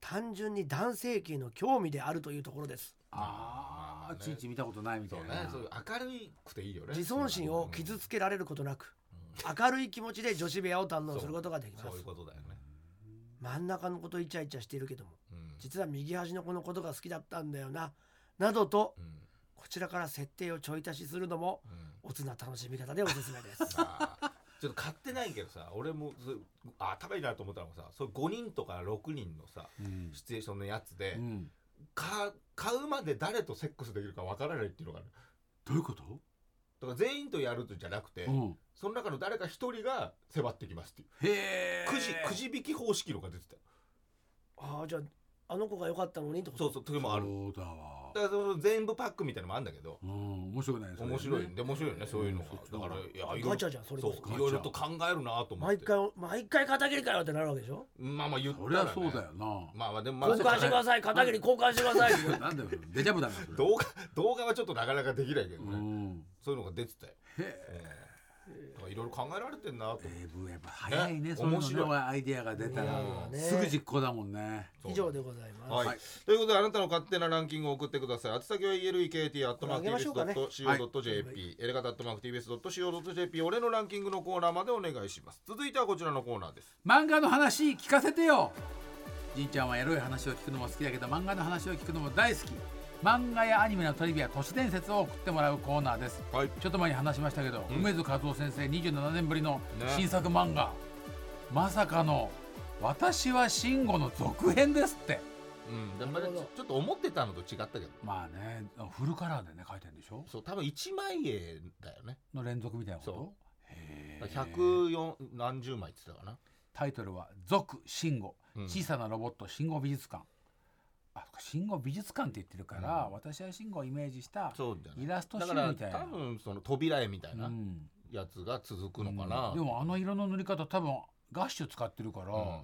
Speaker 3: 単純に男性系の興味であるというところです
Speaker 4: あ
Speaker 2: まあ
Speaker 4: あ
Speaker 2: ね
Speaker 4: ちんちん見たことないみた
Speaker 2: そう
Speaker 4: い
Speaker 2: ね
Speaker 4: な
Speaker 2: そういう明るくていいよね
Speaker 3: 自尊心を傷つけられることなく
Speaker 2: うん
Speaker 3: 明るい気持ちで女子部屋を堪能することができま
Speaker 2: そういう
Speaker 3: す
Speaker 2: ことだよね
Speaker 3: 真ん中のことイチャイチャしているけども
Speaker 2: うん
Speaker 3: 実は右端の子のことが好きだったんだよななどと
Speaker 2: うん
Speaker 3: こちらから設定をちょい足しするのも
Speaker 2: うん
Speaker 3: おつな楽しみ方でおすすめ です
Speaker 2: あーちょっと買ってないけどさ俺もそれあ頭いいなと思ったのがさそれ5人とか6人のさ
Speaker 4: うん
Speaker 2: シチュエーションのやつで、
Speaker 4: うん
Speaker 2: か買うまで誰とセックスできるかわからないっていうのがある
Speaker 4: どういうこと
Speaker 2: だから全員とやるんじゃなくて、
Speaker 4: うん
Speaker 2: その中の誰か一人が迫ってきますっていう
Speaker 4: へえ
Speaker 2: くじくじ引き方式のが出てたよ
Speaker 3: ああじゃああの子が良かったのにってこ
Speaker 2: そ
Speaker 3: と
Speaker 2: うそう時もある
Speaker 4: そうだわ
Speaker 2: だからその全部パックみたいなのもあるんだけど
Speaker 4: うん面白いねそれね
Speaker 2: 面白いで面白いよねそういうの
Speaker 4: うん
Speaker 2: がだからいやいろ
Speaker 3: ガ
Speaker 2: い
Speaker 3: チャ
Speaker 2: ろ
Speaker 3: じゃんそれ
Speaker 2: そ
Speaker 3: こ
Speaker 2: う
Speaker 3: そ
Speaker 4: ガチャ
Speaker 2: いろいろと考えるなと思っ
Speaker 3: 毎
Speaker 2: て
Speaker 3: 回毎回片桐かよってなるわけでしょ
Speaker 2: まあまあ言った
Speaker 4: そり
Speaker 2: ら
Speaker 4: ゃ
Speaker 2: ね
Speaker 4: そうだよな、
Speaker 2: まあまあでもまあ
Speaker 3: 交換してください片桐交換してください
Speaker 4: なんだよデジャブだなそれ
Speaker 2: 動画 動画はちょっとなかなかできないけど
Speaker 4: う
Speaker 2: ね
Speaker 4: ん
Speaker 2: そういうのが出てたよ
Speaker 4: へえ
Speaker 2: だからいろいろ考えられてんなと思って
Speaker 4: えーやっぱ早いね
Speaker 2: ね
Speaker 4: そういう
Speaker 2: 面
Speaker 4: の
Speaker 2: 白
Speaker 4: ねアイディアが出たら
Speaker 3: うん
Speaker 4: すぐ実行だもんね
Speaker 3: 以上でございます、
Speaker 2: はい、
Speaker 4: はい
Speaker 2: ということであなたの勝手なランキングを送ってください。宛先は elekt アットマー
Speaker 3: これあげましょうかね
Speaker 2: ク tbs.co.jp、エレガタアットマーク tbs.co.jp 俺のランキングのコーナーまでお願いします。続いてはこちらのコーナーです。
Speaker 4: 漫画の話聞かせてよじんちゃんはエロい話を聞くのも好きだけど漫画の話を聞くのも大好き漫画やアニメのトリビア都市伝説を送ってもらうコーナーです
Speaker 2: はい。
Speaker 4: ちょっと前に話しましたけど、
Speaker 2: うん
Speaker 4: 梅津和夫先生27年ぶりの
Speaker 2: ね
Speaker 4: 新作漫画、まさかの「私は慎吾」の続編ですって
Speaker 2: うん。でもね
Speaker 3: なるほど
Speaker 2: ちょっと思ってたのと違ったけど。
Speaker 4: まあねフルカラーでね書いてるんでしょ
Speaker 2: そう多分一枚絵だよね。
Speaker 4: の連続みたいなこと
Speaker 2: そ
Speaker 4: へえ
Speaker 2: 百四何十枚って言ってたか
Speaker 4: タイトルは「続慎吾
Speaker 2: うん
Speaker 4: 小さなロボット慎吾美術館」あそっか慎吾美術館って言ってるから、
Speaker 2: うん
Speaker 4: 私は慎吾をイメージした
Speaker 2: な。そうじゃない。
Speaker 4: イラスト
Speaker 2: だ
Speaker 4: 集
Speaker 2: か
Speaker 4: み
Speaker 2: ら
Speaker 4: たいな
Speaker 2: 多分その扉絵みたいな
Speaker 4: うん
Speaker 2: やつが続くのかな。
Speaker 4: うんでもあの色の塗り方多分ガッシュ使ってるから、
Speaker 2: う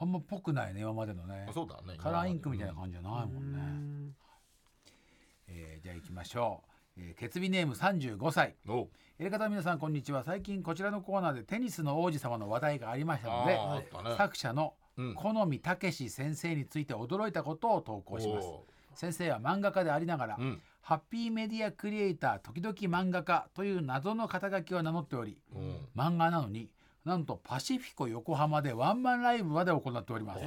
Speaker 4: あんまっぽくないね今までのね
Speaker 2: ん、そうだね。
Speaker 4: カラーインクみたいな
Speaker 2: じ。
Speaker 4: 感じじゃないもんね、えーじゃあ行きましょう、えー、ケツビネーム35歳
Speaker 2: おう
Speaker 4: エレカタの皆さんこんにちは最近こちらのコーナーでテニスの王子様の話題がありましたので
Speaker 2: あーあったね
Speaker 4: 作者の
Speaker 2: うん
Speaker 4: 好みたけし先生について驚いたことを投稿します
Speaker 2: おう
Speaker 4: 先生は漫画家でありながら、
Speaker 2: うん
Speaker 4: ハッピーメディアクリエイター時々漫画家という謎の肩書きを名乗っており
Speaker 2: うん。
Speaker 4: 漫画なのになんとパシフィコ横浜でワンマンライブまで行っております
Speaker 2: そ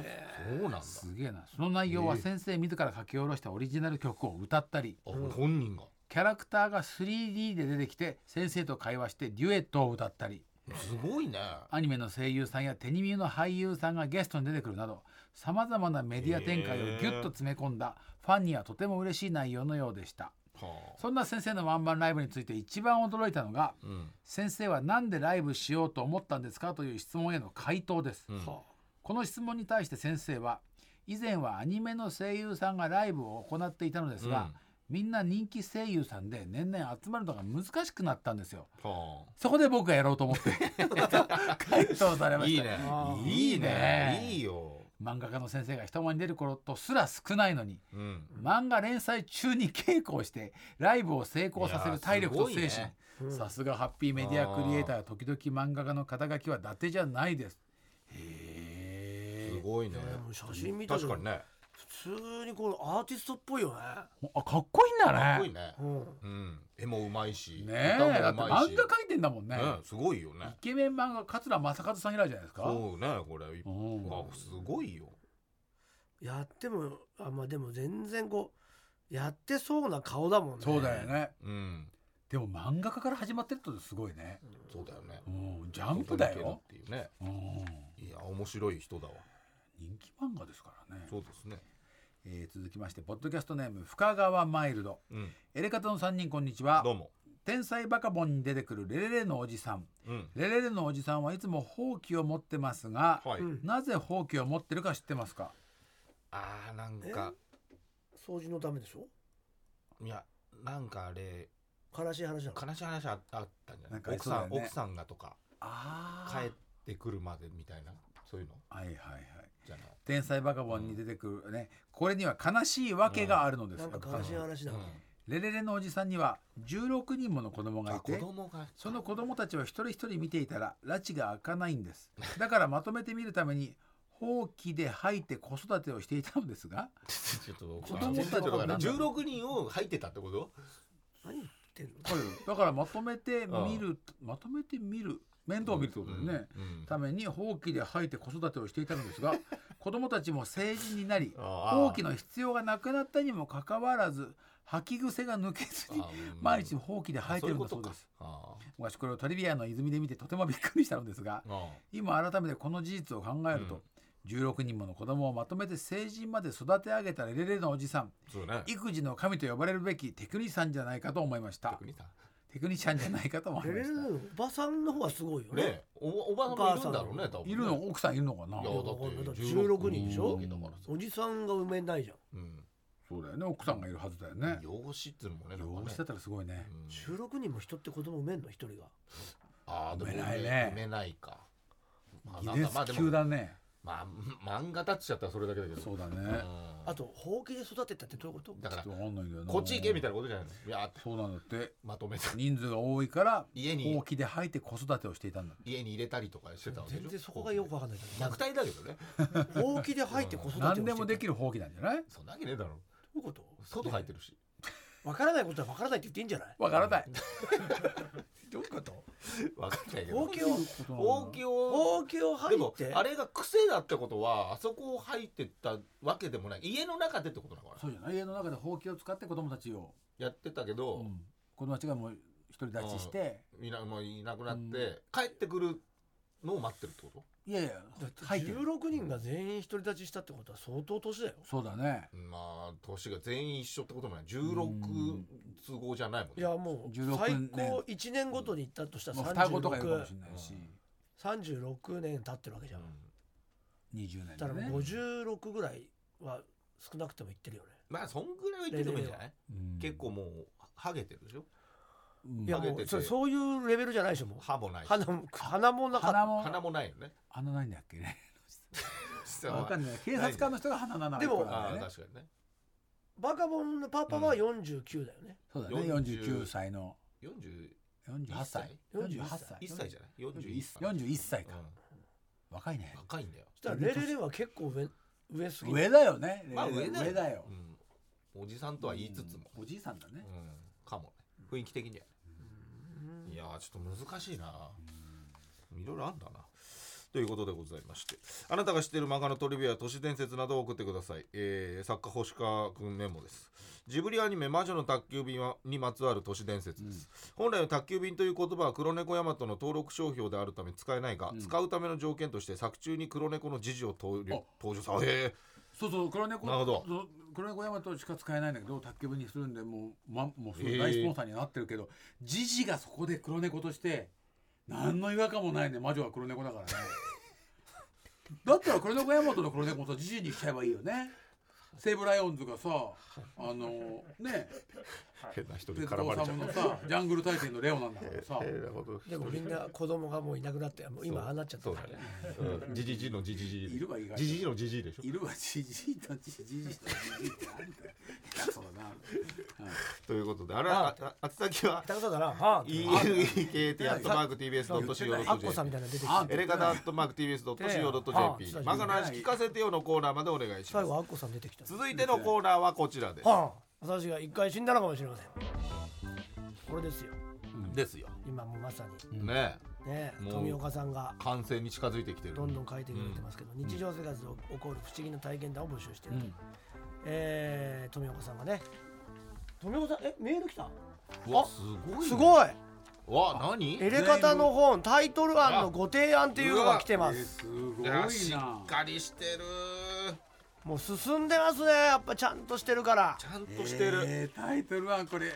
Speaker 2: うなんだ。
Speaker 4: すげえなその内容は先生自ら書き下ろしたオリジナル曲を歌ったり
Speaker 2: あ、本人が。
Speaker 4: キャラクターが 3D で出てきて先生と会話してデュエットを歌ったり
Speaker 2: すごいね。
Speaker 4: アニメの声優さんやテニミューの俳優さんがゲストに出てくるなどさまざまなメディア展開をギュッと詰め込んだファンにはとても嬉しい内容のようでした
Speaker 2: はあ。
Speaker 4: そんな先生のワンマンライブについて一番驚いたのが
Speaker 2: うん。
Speaker 4: 先生は何でライブしようと思ったんですかという質問への回答です、
Speaker 2: うん
Speaker 3: は
Speaker 4: この質問に対して先生は以前はアニメの声優さんがライブを行っていたのですが、みんな人気声優さんで年々集まるのが難しくなったんですよ
Speaker 2: は
Speaker 4: そこで僕がやろうと思って 回答され
Speaker 2: あ。
Speaker 4: ま
Speaker 2: い
Speaker 4: し
Speaker 2: い
Speaker 4: た
Speaker 2: ね
Speaker 3: あ。
Speaker 4: ー
Speaker 2: いいね。
Speaker 4: いいね
Speaker 2: いいよ。
Speaker 4: 漫画家の先生が人前に出る頃とすら少ないのに
Speaker 2: うん。
Speaker 4: 漫画連載中に稽古をしてライブを成功させる体力と
Speaker 2: いやー
Speaker 4: 精
Speaker 2: すごい
Speaker 4: 神
Speaker 2: ね
Speaker 3: うん
Speaker 4: さすがハッピーメディアクリエイター時々漫画家の肩書きは伊達じゃないですへ
Speaker 2: す
Speaker 4: え
Speaker 2: ごいね
Speaker 3: いやもう。写真見たけ
Speaker 2: 確
Speaker 3: ど
Speaker 2: かにね。
Speaker 3: 普通にこのアーティストっぽいよね、
Speaker 4: あかっこいいんだね
Speaker 2: かっこいいね。
Speaker 3: うん、
Speaker 2: うん。絵もうまいし。
Speaker 4: ね
Speaker 2: 歌
Speaker 4: えだって
Speaker 2: もう
Speaker 4: 漫画
Speaker 2: ま
Speaker 4: 描
Speaker 2: いし。
Speaker 4: いてんだもんね、
Speaker 2: ね、すごいよね
Speaker 4: イ。ケメン漫画桂正和さん以来じゃないですか
Speaker 2: そうね、これ。
Speaker 4: う
Speaker 2: あ、
Speaker 4: ん
Speaker 2: すごいよ。
Speaker 3: やってもあまあでも全然こうやってそうな顔だもんね
Speaker 4: そうだよね
Speaker 2: うん。
Speaker 4: でも漫画家から始まってるってすごいね、
Speaker 2: そうだよね
Speaker 4: う。ん、ジャンプだよ
Speaker 2: 外、に行けるっていうね。
Speaker 4: うん、
Speaker 2: いや、面白い人だわ。
Speaker 4: 人気漫画ですからね、
Speaker 2: そうですね。
Speaker 4: えー続きましてポッドキャストネーム深川マイルド
Speaker 2: うん。
Speaker 4: エレカタの3人こんにちは
Speaker 2: どうも。
Speaker 4: 天才バカボンに出てくるレレレのおじさん
Speaker 2: うん。
Speaker 4: レレレのおじさんはいつもほうきを持ってますが、
Speaker 2: はい。
Speaker 3: うん
Speaker 4: なぜほうきを持ってるか知ってますか
Speaker 2: ああ、なんか。
Speaker 3: 掃除のためでしょ
Speaker 2: いや、なんかあれ。
Speaker 3: 悲しい話なの
Speaker 2: 悲しい話ああったんじゃな
Speaker 4: ないんか
Speaker 2: 奥さ、
Speaker 4: そうんだよね
Speaker 2: 奥さんがとか
Speaker 4: あ
Speaker 2: 帰ってくるまでみたいなそういうの
Speaker 4: はいはいはい
Speaker 2: じゃない、
Speaker 4: 天才バカボンに出てくるね、これには悲しいわけがあるのです
Speaker 3: な
Speaker 4: よ、
Speaker 3: んか悲しい話だ、
Speaker 2: う
Speaker 4: レレレのおじさんには16人もの子供
Speaker 2: ん、
Speaker 4: が
Speaker 2: あ
Speaker 4: い
Speaker 2: 子
Speaker 4: て
Speaker 2: 供が
Speaker 4: その子供たちを一人一人見ていたら拉致が開かないんですだからまとめてみるためにほうきで吐いて子育てをしていたのですが
Speaker 2: ちょっと僕
Speaker 4: 子供たち
Speaker 2: だから
Speaker 4: なんだ
Speaker 2: 16人を入ってたってこと
Speaker 3: 何言ってんの
Speaker 4: だからまとめてみるまとめてみる面倒を見るってことだよね、
Speaker 2: うんうん
Speaker 4: ためにほうきで吐いて子育てをしていたのですが子供たちも成人になり
Speaker 2: ああ
Speaker 4: ほうきの必要がなくなったにもかかわらず吐き癖が抜けずに
Speaker 2: あうん
Speaker 4: 毎日ほうきで吐いてるんだそうです
Speaker 2: あそういうこ
Speaker 4: 私これをトリビアの泉で見てとてもびっくりしたのですが
Speaker 2: とかあ
Speaker 4: 今改めてこの事実を考えると、16人もの子供をまとめて成人まで育て上げたレレレのおじさん
Speaker 2: あそうね
Speaker 4: 育児の神と呼ばれるべきテクニシャンじゃないかと思いました
Speaker 2: 逆にさ
Speaker 4: テクニシャンじゃないかと思い
Speaker 3: レレ
Speaker 4: ま
Speaker 3: レ
Speaker 4: し
Speaker 3: の
Speaker 4: た
Speaker 3: おばさんの方がすごいよね
Speaker 2: ねおおばさんもいるんだろうね多分ね
Speaker 4: いるの奥さんいるのかない
Speaker 2: やだって
Speaker 3: 16人でしょ
Speaker 2: 16人だからさ
Speaker 3: おじさんが埋めないじゃん
Speaker 2: うん
Speaker 4: そうだよね奥さんがいるはずだよね
Speaker 2: 養子っていうのもねなんか
Speaker 4: 養
Speaker 2: ね
Speaker 4: 子だったらすごいね
Speaker 2: うん
Speaker 3: 16人も人って子供産めんの一人が
Speaker 2: ああでも
Speaker 4: 埋めないね
Speaker 2: 埋めないかまあ
Speaker 4: ギ
Speaker 2: なん
Speaker 4: ネ
Speaker 2: か
Speaker 4: ス
Speaker 2: まあで
Speaker 4: 級
Speaker 2: も
Speaker 4: だね
Speaker 2: まあ漫画タッチしちゃったらそれだけだけど
Speaker 4: そうだね
Speaker 2: うん
Speaker 3: あとほうきで育てたってどういうこと
Speaker 2: だか
Speaker 4: ちょ
Speaker 2: ら
Speaker 4: っとわかんないんだよな
Speaker 2: こっち行けみた
Speaker 4: い
Speaker 2: いなことじゃないのいやーって
Speaker 4: なそうなんだって
Speaker 2: まとめて
Speaker 4: 人数が多いから
Speaker 2: 家
Speaker 4: ほ
Speaker 2: に
Speaker 4: うきで吐いて子育てをしていたんだ
Speaker 2: 家に入れたりとかしてたわけでし
Speaker 3: 全
Speaker 2: ょ
Speaker 3: 然そこがよくわかんないけど
Speaker 2: 虐待だけどね
Speaker 3: ほうきで入って子育てをしてた
Speaker 4: 何でもできるほうきなんじゃない
Speaker 2: そんなわけねえだろ
Speaker 3: どういうこと
Speaker 2: 外入ってるし
Speaker 3: わからないことはわからないって言っていいんじゃない
Speaker 4: わからない
Speaker 3: どういうこと
Speaker 2: わかんないけ
Speaker 3: ほ
Speaker 2: ど
Speaker 3: うきを
Speaker 2: ほうきを
Speaker 3: ほうきを入
Speaker 2: でも
Speaker 3: って
Speaker 2: あれが癖だってことはあそこを入ってったわけでもない家の中でってことだから
Speaker 4: そうじゃない家の中でほうきを使って子供たちを、
Speaker 2: やってたけ
Speaker 4: う
Speaker 2: ど
Speaker 4: ん、子供たちがもう独り立ちして
Speaker 2: みんなもういなくなっ
Speaker 4: うん
Speaker 2: て帰ってくるのを待ってるってこと
Speaker 4: いやいや
Speaker 3: だって
Speaker 4: 入ってる
Speaker 3: 16人が全員独り立ちしたってことは相当年だよ
Speaker 4: そうだね
Speaker 2: まあ年が全員一緒ってこともない16都合じゃないもん
Speaker 3: い
Speaker 2: ね
Speaker 3: やもう
Speaker 4: 16
Speaker 3: 最
Speaker 4: 年
Speaker 3: 高1年ごとに行ったとした
Speaker 4: もう
Speaker 3: ら
Speaker 4: 双子とかいるかもし
Speaker 3: 36
Speaker 4: れないし、
Speaker 3: 36年経ってるわけじゃん、
Speaker 2: うん
Speaker 4: 20年
Speaker 3: だから
Speaker 4: でね
Speaker 3: もう56ぐらいは少なくとも行ってるよね
Speaker 2: まあそんぐらいは言っててもいいんじゃない
Speaker 4: うん
Speaker 2: 結構もうハゲてるでしょ
Speaker 4: うん
Speaker 3: いや
Speaker 2: ハゲ
Speaker 3: も
Speaker 2: て
Speaker 3: う
Speaker 2: て
Speaker 3: それそういうレベルじゃないでしょもう
Speaker 2: 歯もないし
Speaker 3: 鼻も鼻もなかった
Speaker 4: 鼻も
Speaker 2: 鼻もないよね
Speaker 4: 鼻ないんだっけねわ
Speaker 2: わ
Speaker 4: かんない警察官の人が鼻なの
Speaker 3: でも
Speaker 2: ああ
Speaker 4: ね、
Speaker 2: 確かにね
Speaker 3: バカボンのパパは49だよね、
Speaker 4: そうだね
Speaker 2: 40
Speaker 4: 49歳の
Speaker 2: 41
Speaker 4: 48歳
Speaker 3: 41
Speaker 4: 48
Speaker 3: 歳
Speaker 4: 歳
Speaker 2: 歳じゃない41歳
Speaker 4: 41歳か、
Speaker 2: う
Speaker 4: 若いね
Speaker 2: ん若いんだよ
Speaker 3: そしたらレレレは結構上上すぎる
Speaker 4: 上だよね
Speaker 2: まあ上だよ
Speaker 4: 上だよ
Speaker 2: うんおじさんとは言いつつも
Speaker 4: うんおじいさんだね
Speaker 2: うんかもね雰囲気的にはねいやーちょっと難しいないろいろあんだなということでございましてあなたが知っている漫画のトリビア都市伝説などを送ってください、えー、作家星川くんメモですジブリアニメ「魔女の宅急便は」にまつわる都市伝説です、本来の宅急便という言葉は黒猫ヤマトの登録商標であるため使えないが、使うための条件として作中に黒猫の時事を登
Speaker 4: あ
Speaker 2: 場登場させへえ
Speaker 4: そうそう黒猫
Speaker 2: なるほど
Speaker 4: そう黒猫山としか使えないんだけど宅急便にするんでもう,、ま、もうそ
Speaker 2: へ
Speaker 4: れ
Speaker 2: え
Speaker 4: 大スポンサーになってるけど、ジジがそこで黒猫として何の違和感もないね魔女は黒猫 だからねだったら黒猫山との黒猫をさジジにしちゃえばいいよね西武ライオンズがさあのね
Speaker 2: 変な人に
Speaker 4: 鉄
Speaker 2: 絡ま
Speaker 4: 道
Speaker 2: れ
Speaker 4: サ
Speaker 2: ちゃう
Speaker 4: ムのさジャングル大戦のレオなんだからさ
Speaker 2: 変なこと
Speaker 3: でもみんな子供がもういなくなってもう今ああなっちゃった
Speaker 2: そうだね。うんじじじのじじじ。
Speaker 4: いるわ意外と
Speaker 2: じじじのじじいでしょ。
Speaker 4: いるわジジイとジジイとジジイってなんだよ下手くそだな、はい
Speaker 2: ということで、あら、ああつ先は、
Speaker 3: 下手くそだなあ
Speaker 2: e l e k t アットマーク TBS
Speaker 3: あ
Speaker 2: ドット CO ド
Speaker 3: っ
Speaker 2: ット
Speaker 3: こさんみた
Speaker 2: JP。
Speaker 3: いなの出てき
Speaker 4: あ
Speaker 3: て
Speaker 2: エレガタアットマーク TBS ドット CO ドット
Speaker 3: あ
Speaker 2: JP。
Speaker 3: あ
Speaker 2: マガの話聞かせてよのコーナーまでお願いしま
Speaker 3: 最
Speaker 2: す
Speaker 3: 後。あっこさん出てきた
Speaker 2: 続いてのコーナーはこちらです。
Speaker 3: はあ私が一回死んだのかもしれませんこれですよ
Speaker 2: ですよ。
Speaker 3: 今もうまさに
Speaker 2: ねえ、
Speaker 3: ね
Speaker 2: もう
Speaker 3: 富岡さんが
Speaker 2: 完成に近づいてきてる。
Speaker 3: どんどん書いてくれてますけど、日常生活で起こる不思議な体験談を募集していると、えー富岡さんがね富岡さんえメール来た
Speaker 2: うわ
Speaker 3: あ
Speaker 2: すごいね。
Speaker 3: すごい
Speaker 2: わ、何？
Speaker 3: エレカタの本タイトル案のご提案っていうのが来てま
Speaker 4: え
Speaker 3: す
Speaker 4: すご
Speaker 2: い
Speaker 4: い
Speaker 2: や
Speaker 4: な
Speaker 2: しっかりしてる。
Speaker 3: もう進んでますねやっぱちゃんとしてるから
Speaker 2: ち、ゃんとしてる。
Speaker 4: えータイトルはこれ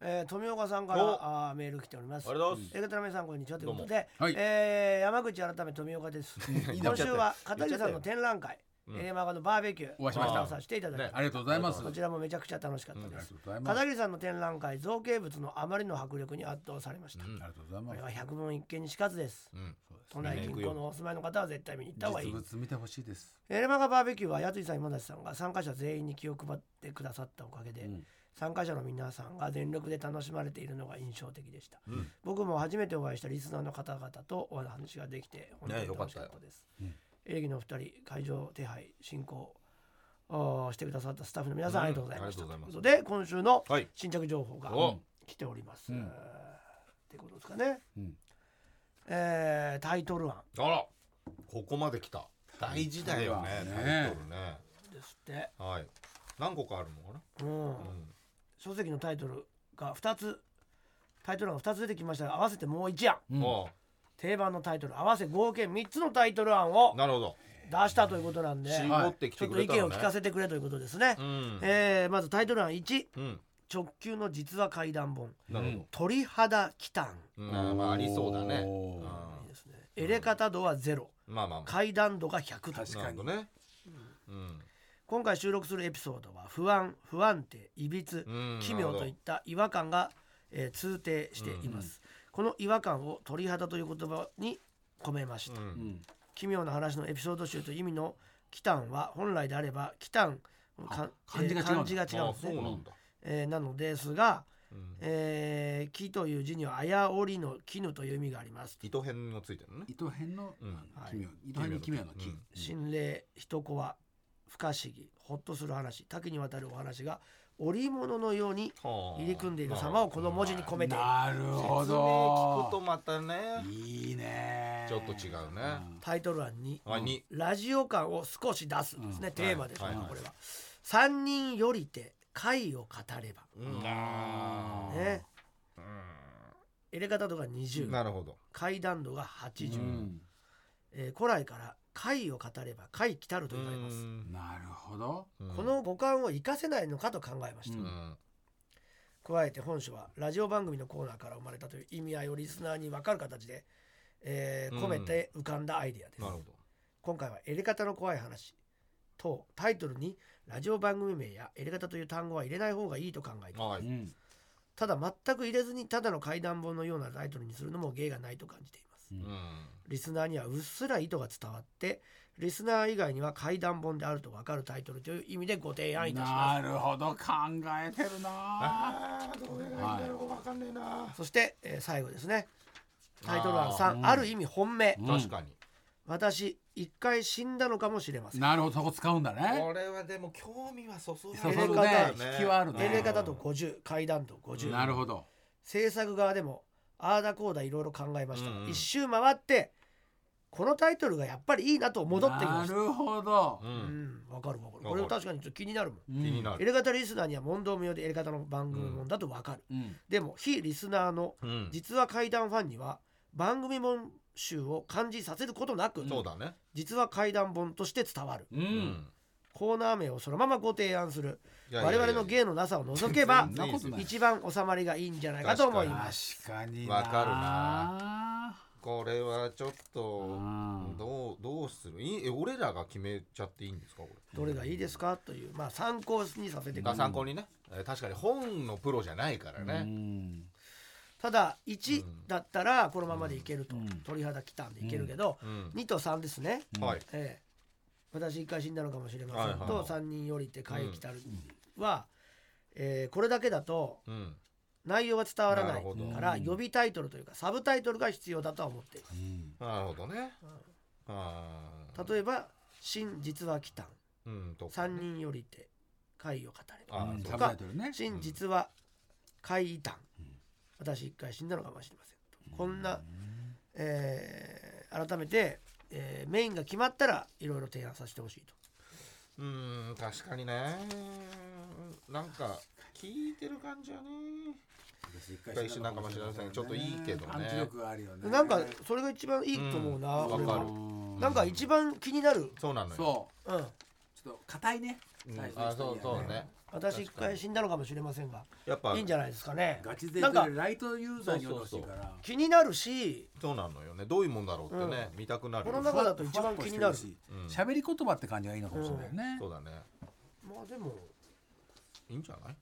Speaker 3: えー、富岡さんか
Speaker 2: お
Speaker 3: らあーメール来ております
Speaker 2: ありがとうございます
Speaker 3: エレカタの皆さんこんにちはということ
Speaker 2: ど
Speaker 3: で、
Speaker 4: はい
Speaker 3: えー山口改め富岡 です
Speaker 4: いいな
Speaker 3: 今週は片桐さんの展覧会
Speaker 2: ん
Speaker 3: エレマガのバーベキュー
Speaker 4: お会いしました
Speaker 3: させていただきました
Speaker 4: ありがとうございます
Speaker 3: こちらもめちゃくちゃ楽しかった
Speaker 4: あり
Speaker 3: で
Speaker 4: が
Speaker 3: す
Speaker 4: とうございます
Speaker 3: 片桐さんの展覧会造形物のあまりの迫力に圧倒されました、
Speaker 4: ありがとうござい
Speaker 3: こ
Speaker 4: ま
Speaker 3: れ
Speaker 4: す
Speaker 3: は百聞一見にしかずです
Speaker 2: うん。
Speaker 3: 都内近郊のお住まいの方は絶対見に行った方がい
Speaker 4: 実
Speaker 3: い
Speaker 4: 物見てほしいです
Speaker 3: エレマガバーベキューはやついさん今田さんが参加者全員に気を配ってくださったおかげで、参加者の皆さんが全力で楽しまれているのが印象的でした、僕も初めてお会いしたリスナーの方々とお話ができて本当に楽しかったです、営業のお二人会場手配進行あーしてくださったスタッフの皆さん、
Speaker 2: うん
Speaker 3: ありがとうございました
Speaker 2: ありがとうご
Speaker 3: ということで今週の
Speaker 2: はい
Speaker 3: 新着情報が
Speaker 2: お
Speaker 3: 来ております、ってことですかね、
Speaker 4: うん
Speaker 3: えータイトル案
Speaker 2: あらここまで来た大事だよね
Speaker 4: そうだ
Speaker 2: タ
Speaker 4: ね
Speaker 2: イトルね
Speaker 3: ですって、
Speaker 2: はい何個かあるのか
Speaker 3: うん
Speaker 2: な、うん、
Speaker 3: 書籍のタイトルが2つタイトルが2つ出てきましたが合わせてもう1案
Speaker 2: あ
Speaker 3: 定番のタイトル合わせ合計3つのタイトル案を
Speaker 2: あなるほど
Speaker 3: 出したということなんで、
Speaker 2: 絞ってき
Speaker 3: ちょ
Speaker 2: て
Speaker 3: っ
Speaker 2: く
Speaker 3: と
Speaker 2: れ
Speaker 3: 意
Speaker 2: たのね
Speaker 3: 見を聞かせてくれということですね、
Speaker 2: うん、
Speaker 3: えーまずタイトル案1
Speaker 2: うん、
Speaker 3: 直球の実話怪談本
Speaker 2: なるほ
Speaker 3: 「鳥肌祈祷
Speaker 2: ど、うんまあまあありそうだね、うん、
Speaker 4: おー
Speaker 3: いいですね「エレカタ度はゼロ
Speaker 2: まあまあまあ
Speaker 3: 怪談度が100」
Speaker 4: 確
Speaker 3: と
Speaker 4: か
Speaker 2: な
Speaker 4: に
Speaker 2: るほどねうん、
Speaker 3: 今回収録するエピソードは不安不安定いびつ
Speaker 2: うん
Speaker 3: 奇妙といった違和感が、えー通底しています、この違和感を鳥肌という言葉に込めました、
Speaker 2: うん
Speaker 4: うん
Speaker 3: 奇妙な話のエピソード集という意味のキタンは本来であればキタンか
Speaker 4: あ漢字が違うんだ
Speaker 3: 漢字が違うん
Speaker 2: あ
Speaker 3: です
Speaker 2: そう
Speaker 3: ね
Speaker 2: なんだ、
Speaker 3: えーなのですが、
Speaker 2: うん、
Speaker 3: えー木という字にはあやおりの絹という意味があります
Speaker 2: 糸編がついてるね
Speaker 4: 糸編の
Speaker 2: うん
Speaker 4: あの奇妙糸編に奇妙の奇
Speaker 2: うん
Speaker 3: 心霊一コア不可思議ほっとする話多岐にわたるお話が織物のように
Speaker 2: はあ
Speaker 3: 入り組んでいる様をこの文字に込めている
Speaker 4: なるほ
Speaker 2: 説明聞くと
Speaker 4: ど
Speaker 2: またね
Speaker 4: いいね
Speaker 2: ちょっと違うね
Speaker 3: タイトル欄に
Speaker 2: あに
Speaker 3: ラジオ感を少し出すですね、
Speaker 4: うん
Speaker 3: テーマでしょうね、
Speaker 2: はい
Speaker 3: これは。三人よりて会を語れば、
Speaker 2: うんあー
Speaker 3: ね、入れ方度が20
Speaker 2: なるほど
Speaker 3: 階段度が
Speaker 4: う
Speaker 3: 80、
Speaker 4: ん
Speaker 3: えー古来から会を語れば会来たると言われます、
Speaker 2: うん
Speaker 4: なるほど
Speaker 3: この五感を生かせないのかと考えました、
Speaker 4: う
Speaker 2: うんん
Speaker 3: 加えて本書はラジオ番組のコーナーから生まれたという意味合いをリスナーに分かる形で、えー込めて浮かんだアイデアです、
Speaker 2: なるほど
Speaker 3: 今回は「エレ方の怖い話」とタイトルにラジオ番組名や「エレ方」という単語は入れない方がいいと考えて
Speaker 2: は
Speaker 4: う
Speaker 2: い
Speaker 4: ん
Speaker 3: ただ全く入れずにただの怪談本のようなタイトルにするのも芸がないと感じています
Speaker 2: うん
Speaker 3: リスナーにはうっすら意図が伝わってリスナー以外には怪談本であると分かるタイトルという意味でご提案いたしま
Speaker 4: なるほど考えてるな
Speaker 2: あーどれがいいんだろうかわかんねえな
Speaker 3: すそして、えー最後ですねタイトル
Speaker 2: あ
Speaker 3: は
Speaker 2: ー
Speaker 3: 3
Speaker 4: うん
Speaker 3: ある意味本命、
Speaker 4: うん
Speaker 2: 確かに
Speaker 3: 私一回死んだのかもしれません
Speaker 4: なるほどそこ使うんだね
Speaker 2: これはでも興味はそそる
Speaker 4: そ
Speaker 3: エレ
Speaker 4: そる
Speaker 3: カタ
Speaker 4: ね引きはあるね
Speaker 3: エレ方と50怪談と50
Speaker 4: なるほど
Speaker 3: 制作側でもああだこうだいろいろ考えましたが、
Speaker 2: うんうん
Speaker 3: 一周回ってこのタイトルがやっぱりいいなと戻ってきました
Speaker 4: なるほど
Speaker 2: う
Speaker 3: うんんわかるわかるこれは確かにちょっと気になるもん
Speaker 4: 気
Speaker 2: 気にな
Speaker 3: エ
Speaker 2: る
Speaker 3: レガタリスナーには問答無用でエレガタの番組もんだとわかる、
Speaker 4: うん
Speaker 3: でも非リスナーの
Speaker 2: うん
Speaker 3: 実は怪談ファンには番組本集を感じさせることなく、
Speaker 2: そうだね
Speaker 3: 実は怪談本として伝わる
Speaker 4: う
Speaker 2: うん
Speaker 3: コーナー名をそのままご提案する
Speaker 2: いやいやいや
Speaker 3: 我々の芸のなさを除けば
Speaker 4: 全然いいですよ
Speaker 3: 一番収まりがいいんじゃないかと思い
Speaker 4: 確
Speaker 3: ます
Speaker 4: かに
Speaker 2: わかる
Speaker 4: な
Speaker 2: これはちょっと
Speaker 4: うん
Speaker 2: どうどうするいいえ俺らが決めちゃっていいんですかこれ
Speaker 3: どれがいいですかというまあ参考にさせてく
Speaker 2: が
Speaker 3: ださい
Speaker 2: 参考にね、えー確かに本のプロじゃないから
Speaker 4: う
Speaker 2: ね、
Speaker 4: ん
Speaker 3: ただ
Speaker 2: う
Speaker 3: 1
Speaker 2: ん
Speaker 3: だったらこのままでいけると、
Speaker 4: うん
Speaker 3: 鳥肌きたんでいけるけど、
Speaker 2: うん
Speaker 3: 2と3ですね、
Speaker 2: はい
Speaker 3: ええ、私一回死んだのかもしれません
Speaker 2: はいはいは
Speaker 3: と
Speaker 2: い
Speaker 3: 3人よりって会来たるは、えーこれだけだと
Speaker 2: うん
Speaker 3: 内容が伝わらな
Speaker 2: ないるほど
Speaker 3: から
Speaker 4: うん
Speaker 3: 予備タイトルというかサブタイトルが必要だとは思っていま
Speaker 4: うん
Speaker 2: なるほどね、ああ
Speaker 3: す例えば「真実は来たん
Speaker 2: うんと
Speaker 3: 3人よりて会を語れば
Speaker 2: あ
Speaker 4: うん
Speaker 2: そう
Speaker 4: サブタイトル」ね
Speaker 3: 「真実は会談私一回死んだのかもしれません」とこんな、えー改めて、えーメインが決まったらいろいろ提案させてほしいと。
Speaker 2: うん確かにねなんか聞いてる感じはね
Speaker 4: 一
Speaker 2: 回死んだかもしれませんちょっといいけどね
Speaker 4: パンチ力があるよね
Speaker 3: なんかそれが一番いいと思うな、
Speaker 2: うん
Speaker 3: 俺
Speaker 2: わ
Speaker 3: は
Speaker 2: かる
Speaker 3: なんか一番気になる、
Speaker 2: そうなのよ
Speaker 4: そう
Speaker 3: うん、
Speaker 4: ちょっと硬いね
Speaker 2: うん
Speaker 4: 最初の
Speaker 2: あ
Speaker 4: 人
Speaker 2: そう
Speaker 4: に
Speaker 2: そう
Speaker 4: は
Speaker 2: ね
Speaker 3: 私一回死んだのかもしれませんが
Speaker 2: やっぱ
Speaker 3: いいんじゃないですかね
Speaker 4: ガチ勢
Speaker 3: な
Speaker 4: と
Speaker 3: ん
Speaker 4: いうよ
Speaker 3: か
Speaker 4: りライトユーザーによってほしいから
Speaker 3: 気になるし
Speaker 2: そうなのよねどういうもんだろうってね、見たくなる
Speaker 3: こ
Speaker 2: よ
Speaker 3: の
Speaker 2: ね
Speaker 3: 中だと一番気になる
Speaker 4: し
Speaker 2: うん
Speaker 4: 喋り言葉って感じがいいのかもしれないね
Speaker 2: そうだね
Speaker 3: まあでも
Speaker 2: いいんじゃない、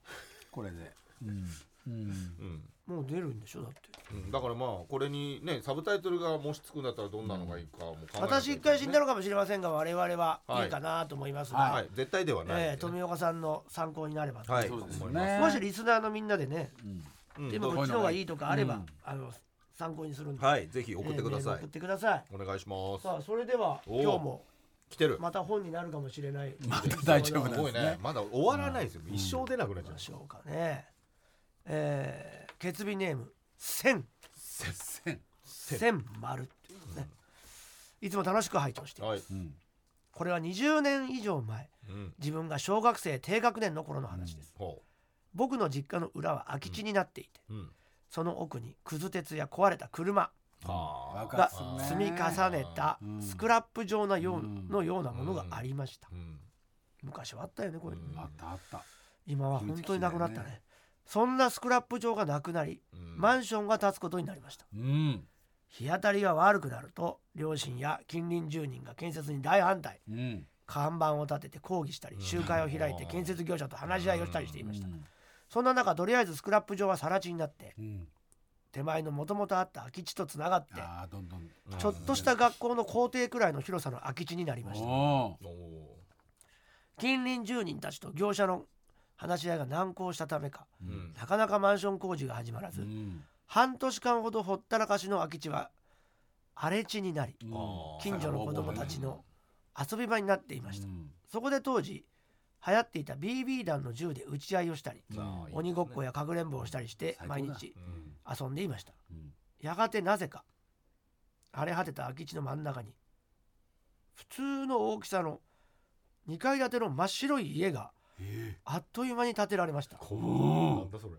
Speaker 4: これでうんう
Speaker 2: う
Speaker 4: ん
Speaker 2: ん
Speaker 3: もう出るんでしょだって
Speaker 2: うん、だからまあこれにねサブタイトルがもしつくんだったらどんなのがいいかもう考えなきゃいけないね
Speaker 3: 私一回死んだのかもしれませんが我々はいいかなと思いますが、
Speaker 2: はい絶対ではないんでね、
Speaker 3: ええ富岡さんの参考になればと、
Speaker 2: はい
Speaker 4: そうです
Speaker 2: 思いま
Speaker 4: ね
Speaker 3: もしリスナーのみんなでね、
Speaker 4: うん
Speaker 2: うん
Speaker 3: でも
Speaker 4: どう
Speaker 3: こっちの方がいいとかあれば、
Speaker 4: うん
Speaker 3: あの参考にするんで、
Speaker 2: はい、ぜひ送ってくだ
Speaker 3: ええメー
Speaker 2: さ
Speaker 3: ル
Speaker 2: い
Speaker 3: 送っ。てください
Speaker 2: お願いします。
Speaker 3: さあそれでは
Speaker 2: おー
Speaker 3: 今日も
Speaker 2: 来てる。
Speaker 3: また本になるかもしれない
Speaker 4: また大丈夫
Speaker 2: す
Speaker 4: な
Speaker 2: ごい
Speaker 4: んですね
Speaker 2: ね。まだ終わらないですよ。一生出なくなっちゃう
Speaker 3: で。しょうかね。えー、決備ネーム千
Speaker 4: 接戦
Speaker 3: 千丸っていうことね。いつも楽しく拝聴しています、
Speaker 2: はい。
Speaker 4: うん
Speaker 3: これは20年以上前、
Speaker 2: うん。
Speaker 3: 自分が小学生低学年の頃の話です。
Speaker 2: ほ
Speaker 3: 僕の実家の裏は空き地になっていて、
Speaker 2: う。うん。
Speaker 3: その奥にくず鉄や壊れた車
Speaker 2: は
Speaker 4: わ
Speaker 2: あ。
Speaker 4: か
Speaker 3: が
Speaker 4: っすね
Speaker 3: 積み重ねた
Speaker 4: うん
Speaker 3: スクラップ状なよう
Speaker 4: うん
Speaker 3: のようなものがありました。
Speaker 2: うん。
Speaker 3: 昔はあったよねこういうの
Speaker 2: うん
Speaker 4: あったあった
Speaker 3: 今は本当になくなった
Speaker 4: 秘密基地だよ
Speaker 3: ね。そんなスクラップ状がなくなり、
Speaker 2: うん
Speaker 3: マンションが建つことになりました。
Speaker 4: うん
Speaker 3: 日当たりが悪くなると両親や近隣住人が建設に大反対
Speaker 4: うん
Speaker 3: 看板を立てて抗議したり集会を開いて建設業者と話し合いをしたりしていました
Speaker 4: うん
Speaker 3: そんな中とりあえずスクラップ場は更地になって
Speaker 4: うん、
Speaker 3: 手前のもともとあった空き地とつながって
Speaker 4: ああどんどん
Speaker 3: ちょっとした学校の校庭くらいの広さの空き地になりました
Speaker 4: お
Speaker 2: おお
Speaker 3: 近隣住人たちと業者の話し合いが難航したためか
Speaker 2: ー。うん。
Speaker 3: なかなかマンション工事が始まら
Speaker 4: ー
Speaker 3: ず、
Speaker 4: うん
Speaker 3: 半年間ほどほったらかしの空き地は荒れ地になり
Speaker 4: うん
Speaker 2: あー
Speaker 3: 近所の子供たちの遊び場になっていました、
Speaker 4: うん
Speaker 3: そこで当時流行っていた BB 弾の銃で撃ち合いをしたり
Speaker 4: うん
Speaker 2: あーいい
Speaker 3: 鬼ごっこやかくれんぼをしたりして
Speaker 4: 最高だ
Speaker 3: 毎日
Speaker 2: うん
Speaker 3: 遊んでいました
Speaker 4: うん
Speaker 3: やがてなぜか荒れ果てた空き地の真ん中に普通の大きさの2階建ての真っ白い家が
Speaker 4: え
Speaker 3: あっという間に建てられました
Speaker 4: ー
Speaker 2: なんだそれ。